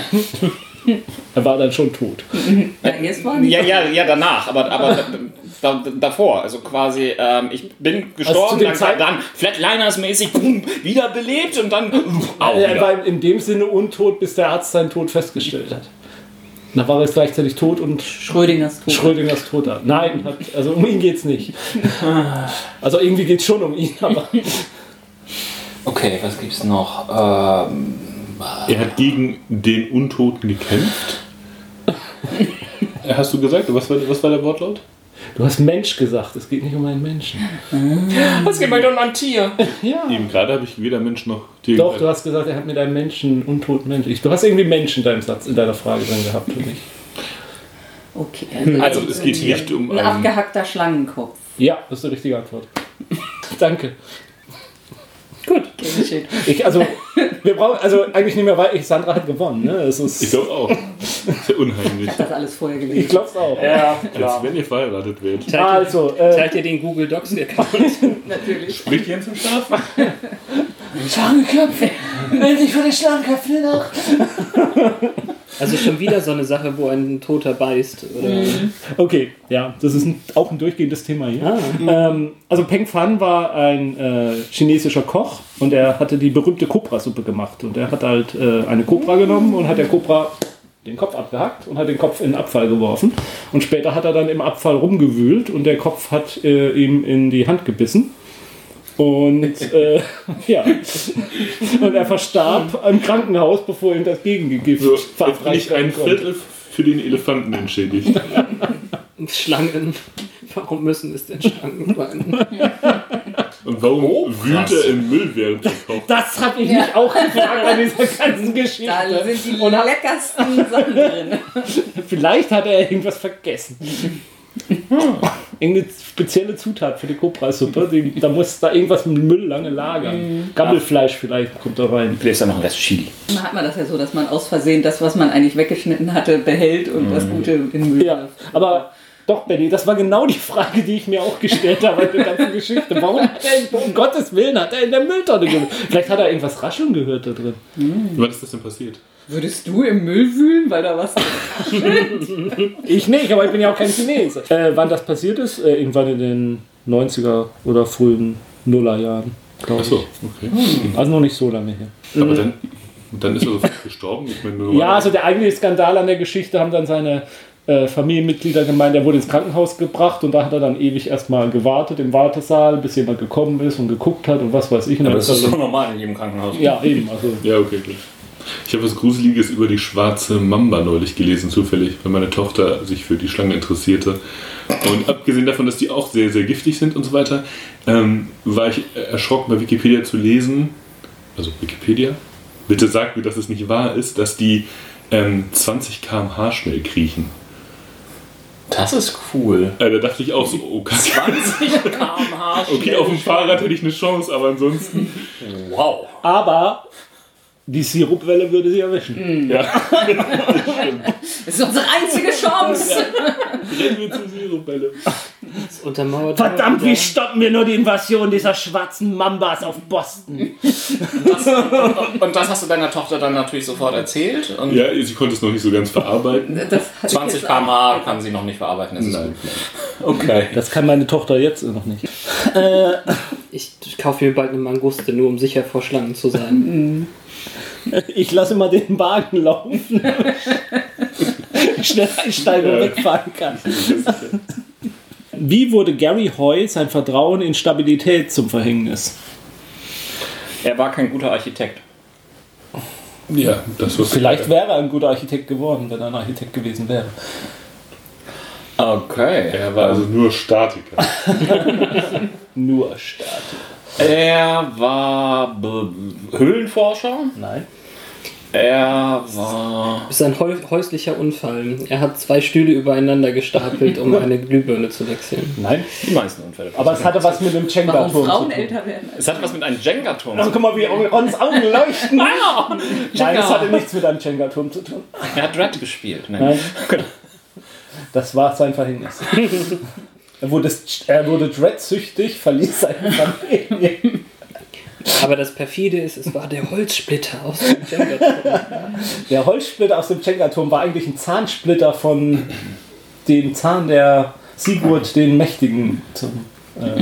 *laughs* er war dann schon tot. Ja, jetzt war Ja, nicht. ja, ja, danach, aber, aber *laughs* da, da, davor. Also quasi, ähm, ich bin Also zu gestorben, dem dann, Zeit- dann Flatliners-mäßig boom, wieder belebt und *laughs* dann uh, auch Er wieder. war in dem Sinne untot, bis der Arzt seinen Tod festgestellt hat. Dann war er gleichzeitig tot und Schrödingers Tod. Schrödingers Toter. Nein, hat, also um ihn geht's nicht. Also irgendwie geht's schon um ihn, aber Okay, was gibt's noch? Ähm, Er hat gegen den Untoten *laughs* gekämpft. Hast du gesagt? Was war, was war der Wortlaut? du hast Mensch gesagt, es geht nicht um einen Menschen. was geht bei Don an Tier? Ja. Eben gerade habe ich weder Mensch noch Tier Doch, du gesagt. hast gesagt, er hat mit einem Menschen, untoten Menschen. Ich, du hast irgendwie Menschen in deinem Satz, in deiner Frage drin gehabt für mich. Okay. Also es geht nicht um Ein einen. abgehackter Schlangenkopf. Ja, das ist die richtige Antwort. Danke. hingeschickt. Ich, also, wir brauchen, also eigentlich nicht mehr, weil ich, Sandra hat gewonnen. Ne? Es ist, Ich glaube auch. Ist ja *laughs* unheimlich. Das alles vorher ich gelesen. glaub's auch. Ja, Als wenn ihr verheiratet werdet. Teilt, Also, äh, teilt ihr den Google Docs Account? Natürlich. Spricht Jens im Schlaf? Schlangenköpfe. Endlich von den Schlangenköpfen nach. Also schon wieder so eine Sache, wo ein Toter beißt. Oder? *laughs* Okay, ja, das ist ein, auch ein durchgehendes Thema hier. Ah, Ähm, also Peng Fan war ein äh, chinesischer Koch und er hatte die berühmte Cobra-Suppe gemacht. Und er hat halt äh, eine Cobra genommen und hat der Cobra den Kopf abgehackt und hat den Kopf in den Abfall geworfen. Und später hat er dann im Abfall rumgewühlt und der Kopf hat äh, ihm in die Hand gebissen. Und äh, *laughs* ja, und er verstarb im Krankenhaus, bevor ihm das Gegengift So, jetzt bin verabreicht ich ein werden konnte. Viertel für den *laughs* Elefanten entschädigt. Schlangen. Warum müssen es denn Schlangen sein? Und warum Oh, wühlt er im Müll während des *laughs* Kochens? Das habe ich mich auch gefragt bei dieser ganzen Geschichte. Da sind die leckersten Sachen drin. Vielleicht hat er irgendwas vergessen. Hm. Irgendeine spezielle Zutat für die Cobra-Suppe. die- Da muss da irgendwas mit Müll lange lagern. Gammelfleisch vielleicht kommt da rein. Vielleicht ist da noch ein Rest Chili. Manchmal hat man das ja so, dass man aus Versehen das, was man eigentlich weggeschnitten hatte, behält und das Gute in den Müll Ja, wirft. aber doch, Benny, das war genau die Frage, die ich mir auch gestellt habe bei der ganzen Geschichte. Warum hat er, um Gottes Willen, hat er in der Mülltonne gehört? Vielleicht hat er irgendwas rascheln gehört da drin. Wann ist das denn passiert? Würdest du im Müll wühlen, weil da was Ich nicht, aber ich bin ja auch kein Chinese. *laughs* Äh, wann das passiert ist? Äh, irgendwann in den 90er oder frühen Nullerjahren, glaube ich. Achso, okay. Also noch nicht so lange her. Aber dann, dann ist er sofort gestorben. Ich meine, Mhm. Ja, also der eigentliche Skandal an der Geschichte haben dann seine äh, Familienmitglieder gemeint, er wurde ins Krankenhaus gebracht und da hat er dann ewig erstmal gewartet im Wartesaal, bis jemand gekommen ist und geguckt hat und was weiß ich. Und dann Das ist er- doch normal in jedem Krankenhaus. ja, eben. Also, Ja, okay, gut. Ich habe was Gruseliges über die schwarze Mamba neulich gelesen, zufällig, weil meine Tochter sich für die Schlangen interessierte. Und abgesehen davon, dass die auch sehr, sehr giftig sind und so weiter, ähm, war ich erschrocken, bei Wikipedia zu lesen, also Wikipedia, bitte sagt mir, dass es nicht wahr ist, dass die ähm, 20 km/h schnell kriechen. Das ist cool. Äh, da dachte ich auch so, oh kacke. 20 km/h. Okay, auf dem Fahrrad hätte ich eine Chance, aber ansonsten. Wow. aber die Sirupwelle würde sie erwischen. Das ist unsere einzige Chance. Rennen wir zur Zero-Bälle. Das untermauert. Verdammt, wie stoppen wir nur die Invasion dieser schwarzen Mambas auf Boston? Und das hast du deiner Tochter dann natürlich sofort erzählt. Und Ja, sie konnte es noch nicht so ganz verarbeiten. Das hatte ich 20 jetzt auch. km/h kann sie noch nicht verarbeiten. Das ist gut. Okay. Das kann meine Tochter jetzt noch nicht. *laughs* Ich kaufe mir bald eine Manguste, nur um sicher vor Schlangen zu sein. Ich lasse mal den Wagen laufen. *laughs* Schnell einsteigen und wegfahren kann. Wie wurde Gary Hoy sein Vertrauen in Stabilität zum Verhängnis? Er war kein guter Architekt. Ja, das war Vielleicht wäre er ein guter Architekt geworden, wenn er ein Architekt gewesen wäre. Okay. Er war also nur Statiker. Nur Staat. Er war Be Höhlenforscher. Nein. Er war. Das ist ein häu- häuslicher Unfall. Er hat zwei Stühle übereinander gestapelt, um eine Glühbirne zu wechseln. Nein. Die meisten Unfälle. Aber es hatte was mit dem Warum Chenga-Turm zu Frauen tun. älter werden. es hat was mit einem Jenga-Turm Oh, zu tun. guck mal, wie Rons Augen leuchten. Nein, es hatte nichts mit einem Chenga-Turm zu tun. Er hat Red gespielt. Nein. Nein. Das war sein *laughs* Verhängnis. Er wurde, er wurde dreadsüchtig, verließ seine Familie. Aber das perfide ist, es war der Holzsplitter aus dem Jenga. Der Holzsplitter aus dem Chenga-Turm war eigentlich ein Zahnsplitter von dem Zahn der Sigurd, den Mächtigen. Zum, äh,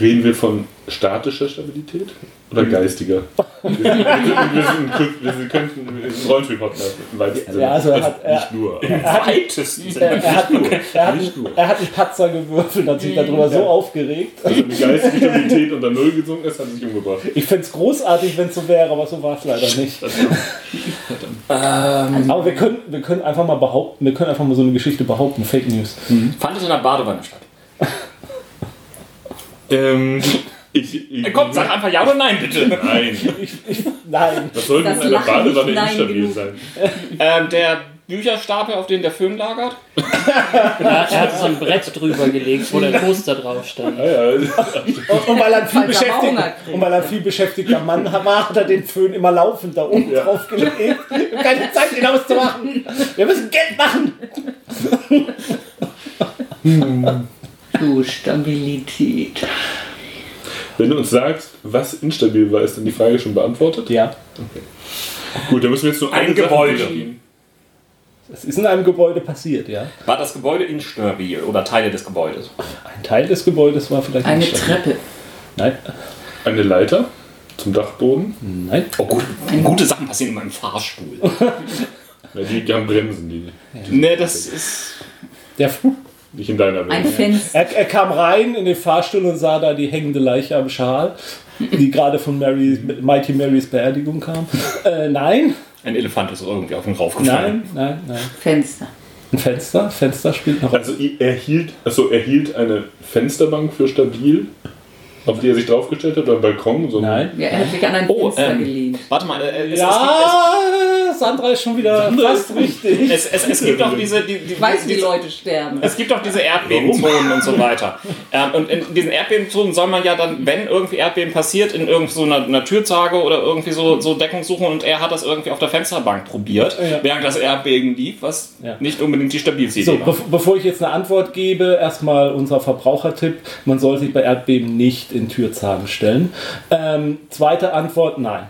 Reden wir von statischer Stabilität oder geistiger? Wir sind, wir sind, wir sind, wir könnten wir sind ein Rollenspiel-Podcast im weitesten Sinne. Ja, also er hat- nicht nur. er, hat, er, er, hat, er, hat, er hat einen Patzer gewürfelt, hat sich darüber so aufgeregt. Also die geistige Stabilität unter Null gesunken ist, hat er sich umgebracht. Ich fände es großartig, wenn es so wäre, aber so war es leider nicht. Ähm, Aber wir können, wir können einfach mal behaupten, wir können einfach mal so eine Geschichte behaupten, Fake News. Fand es in der Badewanne statt. Ähm, ich, ich, Komm, sag einfach ja oder nein, bitte. Nein, Nein. das sollte Das in einer Lachen Badewanne nicht nein instabil genug. sein. ähm, der Bücherstapel, auf den der Film lagert? Er hat so ein Brett drüber gelegt, wo der ne? Toaster drauf *laughs* stand. Und, und weil er ein viel, Weil er beschäftigt, Hunger kriegt. und weil er ein viel beschäftigter Mann war, hat *laughs* er den Föhn immer laufend da oben drauf gelegt. Und keine Zeit, ihn auszumachen. Wir müssen Geld machen. Du Stabilität. Wenn du uns sagst, was instabil war, ist dann die Frage schon beantwortet? Ja. Gut, dann müssen wir jetzt nur Ein eine Sache Gebäude. durchgehen. Das ist in einem Gebäude passiert, ja. War das Gebäude instabil oder Teile des Gebäudes? Ein Teil des Gebäudes war vielleicht Eine nicht schlecht. Treppe. Nein, Eine Leiter zum Dachboden. nein. Oh, gut, gute Sachen passieren in meinem Fahrstuhl. Ja, die, die haben Bremsen, die ne, das ist. Der, nicht in deiner Ein Welt. Fenster. er, er kam rein in den Fahrstuhl und sah da die hängende Leiche am Schal, die gerade von Mary, Mighty Marys Beerdigung kam. Äh, nein, Ein Elefant ist irgendwie auf ihn raufgefallen. nein, nein, nein. Fenster. Ein Fenster, Fenster spielt eine Rolle. Also i- er hielt, also er hielt eine Fensterbank für stabil, auf die er sich draufgestellt hat, oder einen Balkon. So ein- Nein. Ja, er hat sich an ein Oh, Fenster ähm, gelehnt. warte mal, äh, es, Ja, Sandra ist schon wieder fast richtig. es, es, es, es gibt doch diese. Die, die, Ich weiß, wie diese- Leute sterben. Es gibt auch diese Erdbebenzonen und so weiter. Ähm, und in diesen Erdbebenzonen soll man ja dann, wenn irgendwie Erdbeben passiert, in irgend so einer, einer Türzage oder irgendwie so, so Deckung suchen. Und er hat das irgendwie auf der Fensterbank probiert, Ja. während das Erdbeben lief, was Ja. nicht unbedingt die stabilste So, Idee war. bev bevor ich jetzt eine Antwort gebe, erstmal unser Verbrauchertipp. Man soll sich bei Erdbeben nicht in Türzagen stellen. Ähm, zweite Antwort, nein.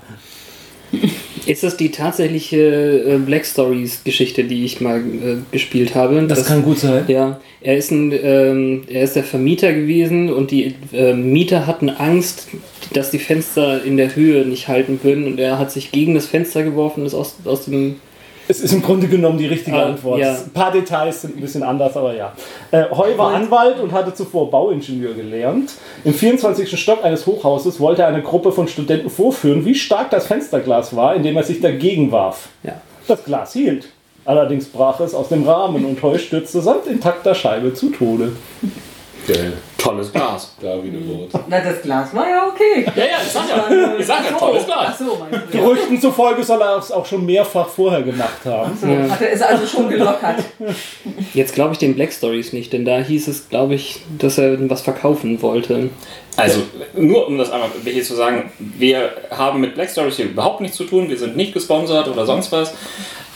Ist das die tatsächliche äh, Black Stories Geschichte, die ich mal äh, gespielt habe? Das, kann gut sein. Ja, er ist, ein, ähm, er ist der Vermieter gewesen und die äh, Mieter hatten Angst, dass die Fenster in der Höhe nicht halten würden und er hat sich gegen das Fenster geworfen und ist aus, aus dem... Es ist im Grunde genommen die richtige Ah, Antwort. ja. Ein paar Details sind ein bisschen anders, aber ja. Äh, Heu war Anwalt und hatte zuvor Bauingenieur gelernt. Im 24. Stock eines Hochhauses wollte er eine Gruppe von Studenten vorführen, wie stark das Fensterglas war, indem er sich dagegen warf. Ja. Das Glas hielt. Allerdings brach es aus dem Rahmen und Heu stürzte samt intakter Scheibe zu Tode. Geil. Tolles Glas. Da wieder Wort. Na, das Glas war ja okay. Ja, ja, ich sag ja. Ich sag ja, tolles Glas. Achso, mein Gott. Gerüchten zufolge soll er es auch schon mehrfach vorher gemacht haben. Hat er es also schon gelockert. Jetzt glaube ich den Black Stories nicht, denn da hieß es, glaube ich, dass er was verkaufen wollte. Also, nur um das einmal hier zu sagen, wir haben mit Black Stories hier überhaupt nichts zu tun, wir sind nicht gesponsert oder sonst was.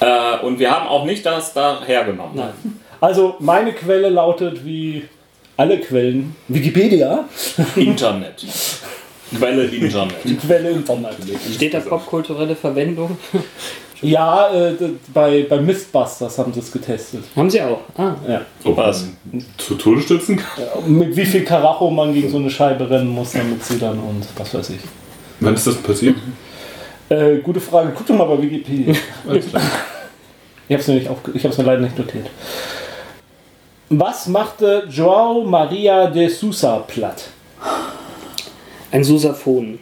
Äh, und wir haben auch nicht das da hergenommen. Also meine Quelle lautet wie alle Quellen Wikipedia, *laughs* Internet. Quelle Internet. die Quelle Internet. Steht da popkulturelle Verwendung? Ja, äh, d- bei, bei Mythbusters haben sie es getestet. Haben sie auch. Ah, Ja. Ob Was? man um Zu Tode stürzen kann? Mit wie viel Karacho man gegen so eine Scheibe rennen muss, damit sie dann und was weiß ich. Wann ist das passiert? Mhm. Äh, gute Frage, guck doch mal bei Wikipedia. ich hab's mir, nicht aufge ich hab's mir leider nicht notiert. Was machte João Maria de Sousa platt? ein Susaphon.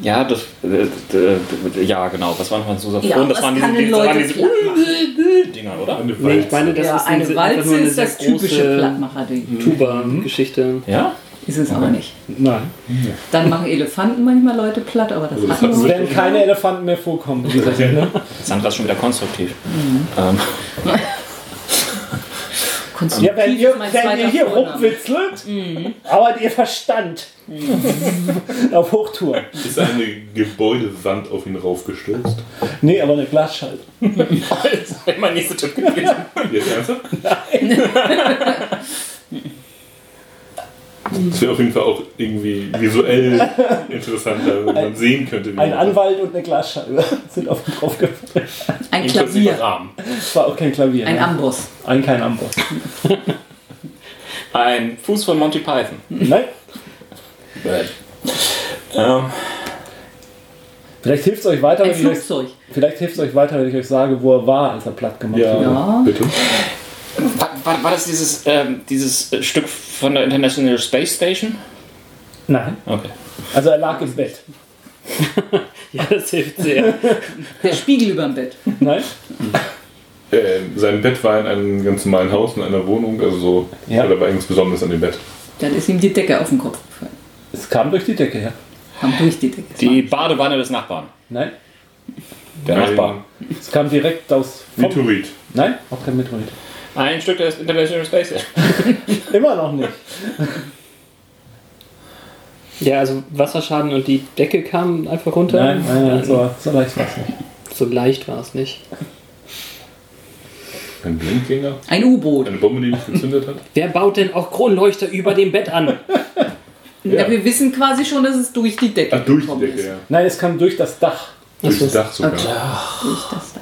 Ja, das, äh, d- d- ja, genau. Was waren das? Susaphon? Ja, das was waren kann denn diese, das waren Leute diese Dinger, oder? Eine Nee, ich Walze. meine, das ja, ist eine diese- einfach Walze nur eine ist das sehr große Mhm. typische Plattmacher-Ding. Tuba-Geschichte. Ja? Ist es aber nicht. Mhm. Nein. Dann machen Elefanten manchmal Leute platt, aber das das hatten hatten wir. Wenn keine Elefanten mehr vorkommen. in dieser Sendung. Sandra ist schon wieder konstruktiv. Ähm, Ja, wenn ihr, ist mein wenn ihr zweiter hier Vorname. Mhm. rumwitzelt, aber ihr Verstand *laughs* auf Hochtour. Ist eine Gebäudewand auf ihn raufgestürzt? Nee, aber eine Glasscheibe. *laughs* das wäre mein nächster Tipp *laughs* gewesen. *laughs* Jetzt ernsthaft? *laughs* Das wäre auf jeden Fall auch irgendwie visuell interessanter, wenn man sehen könnte, wie Ein man- Anwalt und eine Glasscheibe *laughs* sind auf ihn draufgefallen. Ein Inklusive Klavier, Rahmen. Das war auch kein Klavier. ein ne? Amboss. Ein kein Amboss. Ein Fuß von Monty Python. Nein? Ähm, Vielleicht hilft es euch weiter, Ein wenn ich euch, Flugzeug. vielleicht hilft's euch weiter, wenn ich euch sage, wo er war, als er platt gemacht Ja, wurde. Ja. bitte. war, war, war das dieses, ähm, dieses äh, Stück von der International Space Station? Nein. Okay. Also er lag im Bett. Ja, das hilft sehr. Der Spiegel überm Bett. Nein? Ähm, sein Bett war in einem ganz normalen Haus, in einer Wohnung, also so. Ja. Ja. Da war irgendwas Besonderes an dem Bett. Dann ist ihm die Decke auf den Kopf gefallen. Es kam durch die Decke her. Kam durch die Decke. Die Badewanne des Nachbarn. Nein? Der Ein Nachbar. Es kam direkt aus. vom- Meteorit. Nein, auch kein Meteorit. Ein Stück des International Space Station. Immer noch nicht. Ja, also Wasserschaden und die Decke kamen einfach runter. Nein, nein, nein, so, so leicht war es nicht. So leicht war es nicht. Ein Blindgänger. Ein U-Boot. Eine Bombe, die nicht gezündet hat. Wer baut denn auch Kronleuchter über dem Bett an? Ja, wir wissen quasi schon, dass es durch die Decke Ach, durch die gekommen Decke, ist. ja. Nein, es kam durch das Dach. Durch das Dach sogar. Durch das Dach.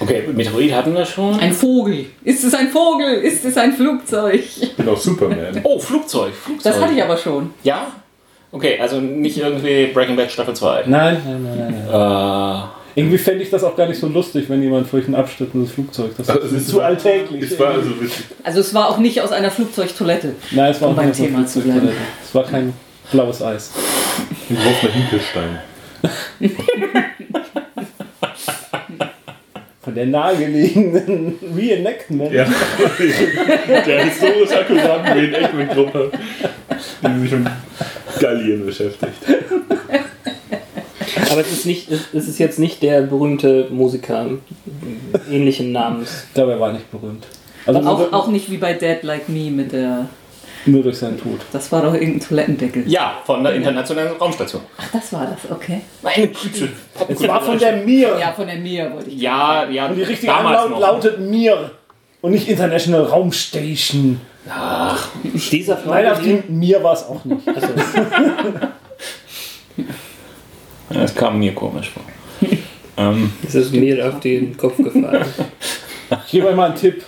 Okay, Meteorit hatten wir schon. Ein Vogel. Ist es ein Vogel? Ist es ein Flugzeug? Ich bin auch Superman. Oh, Flugzeug. Flugzeug. Das hatte ich aber schon. Ja? Okay, also nicht irgendwie Breaking Bad Staffel 2. Nein, nein, nein, nein. nein. Äh, Irgendwie fände ich das auch gar nicht so lustig, wenn jemand durch ein abstürzendes Flugzeug. Das ist, Also, es zu war- alltäglich. Es war also witzig. Also es war auch nicht aus einer Flugzeugtoilette. nein, es war um auch beim nicht so ein Thema zu Flugzeug. bleiben. Es war kein blaues Eis. Ein offener Hinkelstein. Von der nahegelegenen *laughs* Reenactment. Ja. Der historisch akkuraten Wayne Eckman-Gruppe, die sich um Gallien beschäftigt. Aber es ist, nicht, es es ist jetzt nicht der berühmte Musiker ähnlichen Namens. Dabei war er nicht berühmt. Also nur, Auch, durch- auch nicht wie bei Dead Like Me mit der. nur durch seinen Tod. Das war doch irgendein Toilettendeckel. ja, von der Internationalen Raumstation. Ach, das war das, okay. Meine Güte. Es war von der Mir. Ja, von der Mia wollte ich. Ja, ja, Und die richtige damals Anlaut noch. ne? lautet Mir. Und nicht International Raumstation. Dieser Nein, auf Frage, die Mir war es auch nicht. Ja, Das kam mir komisch vor. ähm, es ist mir auf den Kopf gefallen. Ich gebe euch mal einen Tipp.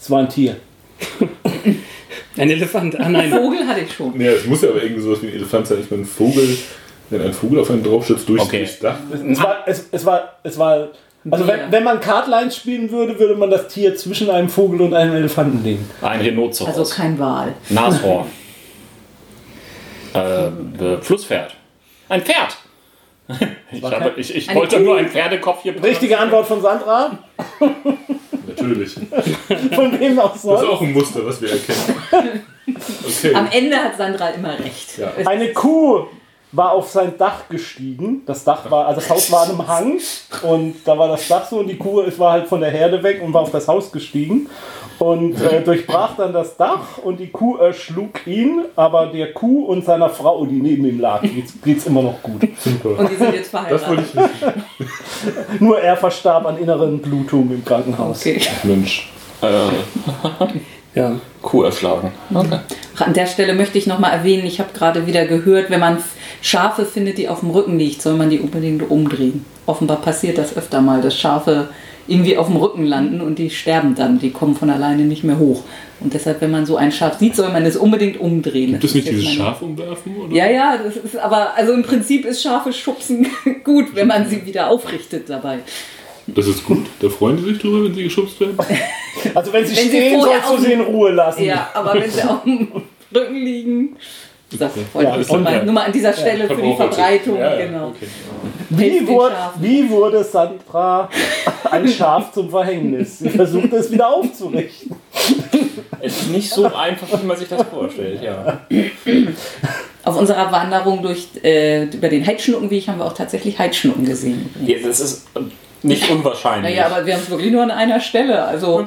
Es war ein Tier. Ein Elefant, ah nein. Vogel hatte ich schon. Ja, es muss ja aber irgendwie sowas wie ein Elefant sein. Ich meine, ein Vogel, wenn ein Vogel auf einen draufschützt, durch Okay. das Dach. Es war, es, es war, es war. Also wenn, wenn man Cardlines spielen würde, würde man das Tier zwischen einem Vogel und einem Elefanten legen. ein Rhinoceros. Also kein Wal. Nashorn. äh, äh, Flusspferd. Ein Pferd! Ich, habe, ich, ich Eine wollte Kuh. nur einen Pferdekopf hier Richtige Antwort von Sandra. Natürlich. Das Von wem auch ist sonst. auch ein Muster, was wir erkennen. *laughs* Okay. Am Ende hat Sandra immer recht. Ja. Es- Eine Kuh war auf sein Dach gestiegen. Das Dach war, also das Haus war an einem Hang und da war das Dach so und die Kuh es war halt von der Herde weg und war auf das Haus gestiegen und äh, durchbrach dann das Dach und die Kuh erschlug ihn, aber der Kuh und seiner Frau, die neben ihm lag, geht's, geht's immer noch gut. Super. Und die sind jetzt Das wollte verheiratet. ich wissen. Nur er verstarb an inneren Blutungen im Krankenhaus. Okay. Mensch. Äh, Ja. Kuh erschlagen. Okay. Ach, An der Stelle möchte ich nochmal erwähnen, ich habe gerade wieder gehört, wenn man F- Schafe findet, die auf dem Rücken liegt, soll man die unbedingt umdrehen. Offenbar passiert das öfter mal, dass Schafe irgendwie auf dem Rücken landen und die sterben dann. Die kommen von alleine nicht mehr hoch. Und deshalb, wenn man so ein Schaf sieht, soll man es unbedingt umdrehen. Gibt es nicht ist jetzt dieses meine- Schaf umwerfen? Oder? Ja, ja, das ist aber, also im Prinzip ist Schafe schubsen *laughs* gut, wenn man sie wieder aufrichtet dabei. Das ist gut. Da freuen sie sich drüber, wenn sie geschubst *laughs* werden. Also wenn sie Wenn sie stehen, vorher sollst du auf- sie in Ruhe lassen. Ja, aber wenn sie auf dem Rücken liegen. Das wollte ich Ja, nur mal- nur mal an dieser Stelle für die Verbreitung. Ja, ja, genau. okay. Wie, Helft den wurde, Schafen. wie wurde Sandra ein Schaf zum Verhängnis? Sie versucht es wieder aufzurichten. Es ist nicht so einfach, wie man sich das *laughs* vorstellt, ja. Auf unserer Wanderung durch, äh, über den Heidschnuckenweg haben wir auch tatsächlich Heidschnucken gesehen. ja das ist äh, nicht unwahrscheinlich. Naja, aber wir haben es wirklich nur an einer Stelle. Also,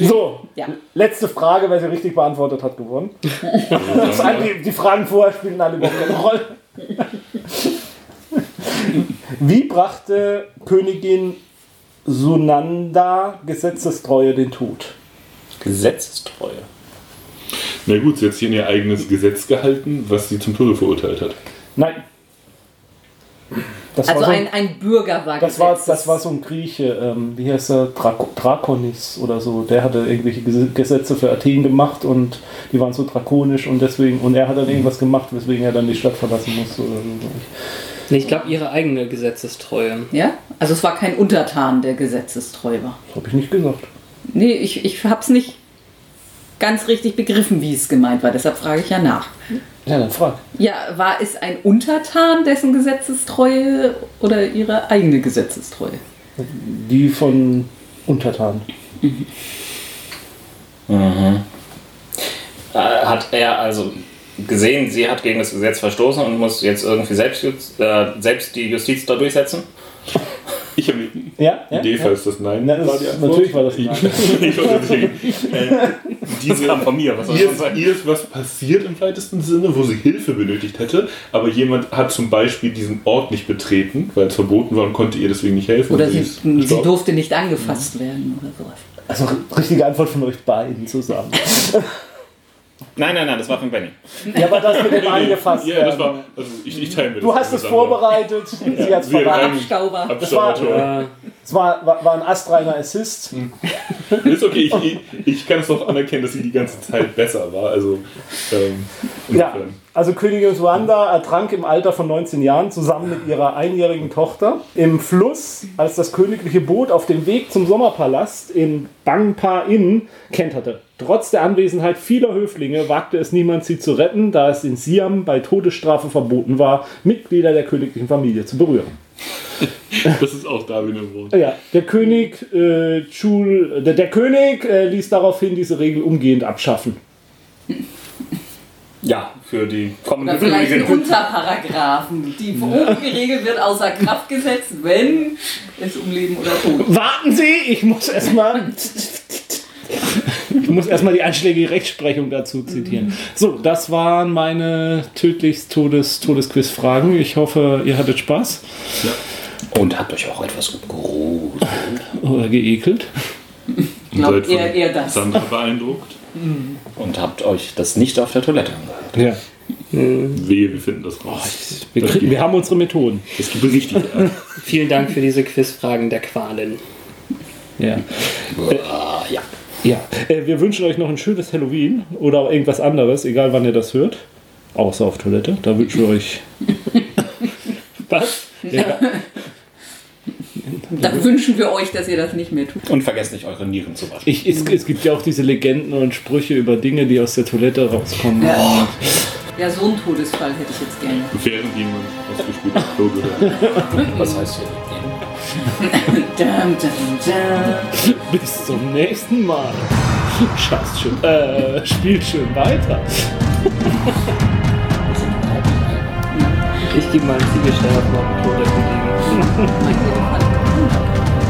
So, ja. letzte Frage, wer sie richtig beantwortet hat, *laughs* gewonnen. Das ist eigentlich- die, Fragen vorher spielen alle überhaupt keine Rolle. Wie brachte Königin Sunanda Gesetzestreue den Tod? Gesetzestreue. Na gut, sie hat sich in ihr eigenes Gesetz gehalten, was sie zum Tode verurteilt hat. Nein. Das Also war so, ein, ein Bürger war das war, gesetzt. das war so ein Grieche, ähm, wie heißt er? Drak Drakonis oder so. Der hatte irgendwelche Ges- Gesetze für Athen gemacht und die waren so drakonisch und deswegen, und er hat dann irgendwas gemacht, weswegen er dann die Stadt verlassen musste oder so. also glaub ich. Nee, ich glaube, ihre eigene Gesetzestreue. Ja? Also es war kein Untertan, der gesetzestreu war. Habe ich nicht gesagt. Nee, ich, ich habe es nicht ganz richtig begriffen, wie es gemeint war. Deshalb frage ich ja nach. Ja, dann frag. Ja, war es ein Untertan, dessen Gesetzestreue oder ihre eigene Gesetzestreue? Die von Untertan. Äh, hat er also gesehen, sie hat gegen das Gesetz verstoßen und muss jetzt irgendwie selbst, äh, selbst die Justiz da durchsetzen? Ich habe eine Ja? ja? Idee, falls das Nein Na, das war die ist- Antwort. natürlich war das Nein. *laughs* *laughs* Ich, ich wollte deswegen, äh, diese, kam von mir, was soll ich ihr, schon sagen? ihr ist was passiert im weitesten Sinne, wo sie Hilfe benötigt hätte, aber jemand hat zum Beispiel diesen Ort nicht betreten, weil es verboten war und konnte ihr deswegen nicht helfen. Oder und sie, ist sie gestorben. durfte nicht Mhm. angefasst werden oder sowas. Also richtige Antwort von euch beiden zusammen. *laughs* Nein, nein, nein, das war von Benny. ja, aber das mit dem angefasst Ja, das werden. war. Also ich, ich teile mir Du hast es vorbereitet, sie hat es Wir verraten. rein- Abstauber. Absolut. Ja, Es war, war, war ein astreiner Assist. Ist okay, ich, ich, ich kann es noch anerkennen, dass sie die ganze Zeit besser war. Also, ähm, Ja, insofern. also Königin Suanda ertrank im Alter von 19 Jahren zusammen mit ihrer einjährigen Tochter im Fluss, als das königliche Boot auf dem Weg zum Sommerpalast in Bangpa Inn kenterte. Trotz der Anwesenheit vieler Höflinge wagte es niemand, sie zu retten, da es in Siam bei Todesstrafe verboten war, Mitglieder der königlichen Familie zu berühren. Das ist auch Darwin im Wort. Ja, der König, äh, Chul, der, der König äh, ließ daraufhin diese Regel umgehend abschaffen. Ja, für die Oder kommenden vielleicht einen Königin. Unterparagraphen. Die oben geregelt wird außer Kraft gesetzt, wenn es um Leben oder Tod Warten Sie, ich muss erstmal. Ich muss erstmal die einschlägige Rechtsprechung dazu zitieren. So, das waren meine tödlichst Todes Todesquiz-Fragen. Ich hoffe, ihr hattet Spaß Und habt euch auch etwas geruht. oder geekelt. Glaubt ihr eher das? Sandra beeindruckt. Und habt euch das nicht auf der Toilette angehört. Ja. Wehe, wir finden das raus. Wir, kriegen- wir haben unsere Methoden. Das gibt richtig. äh, vielen Dank für diese Quizfragen der Qualen. Ja. Ah, ja. ja. Äh, wir wünschen euch noch ein schönes Halloween oder auch irgendwas anderes, egal wann ihr das hört. Außer auf Toilette. Da wünschen wir euch. Was? Dann wünschen wir euch, dass ihr das nicht mehr tut. Und vergesst nicht, eure Nieren zu waschen. Ich, es, es gibt ja auch diese Legenden und Sprüche über Dinge, die aus der Toilette rauskommen. Ja, ja so einen Todesfall hätte ich jetzt gerne. Während jemand ausgespielt hat, Klo gehört. Was heißt hier? Dum, dum, dum. Bis zum nächsten Mal. *laughs* Schafft schön. Äh, spielt schön weiter. Ich gebe mal einen Ziegelstein auf meinen Toilettenliegen. Mein Gott.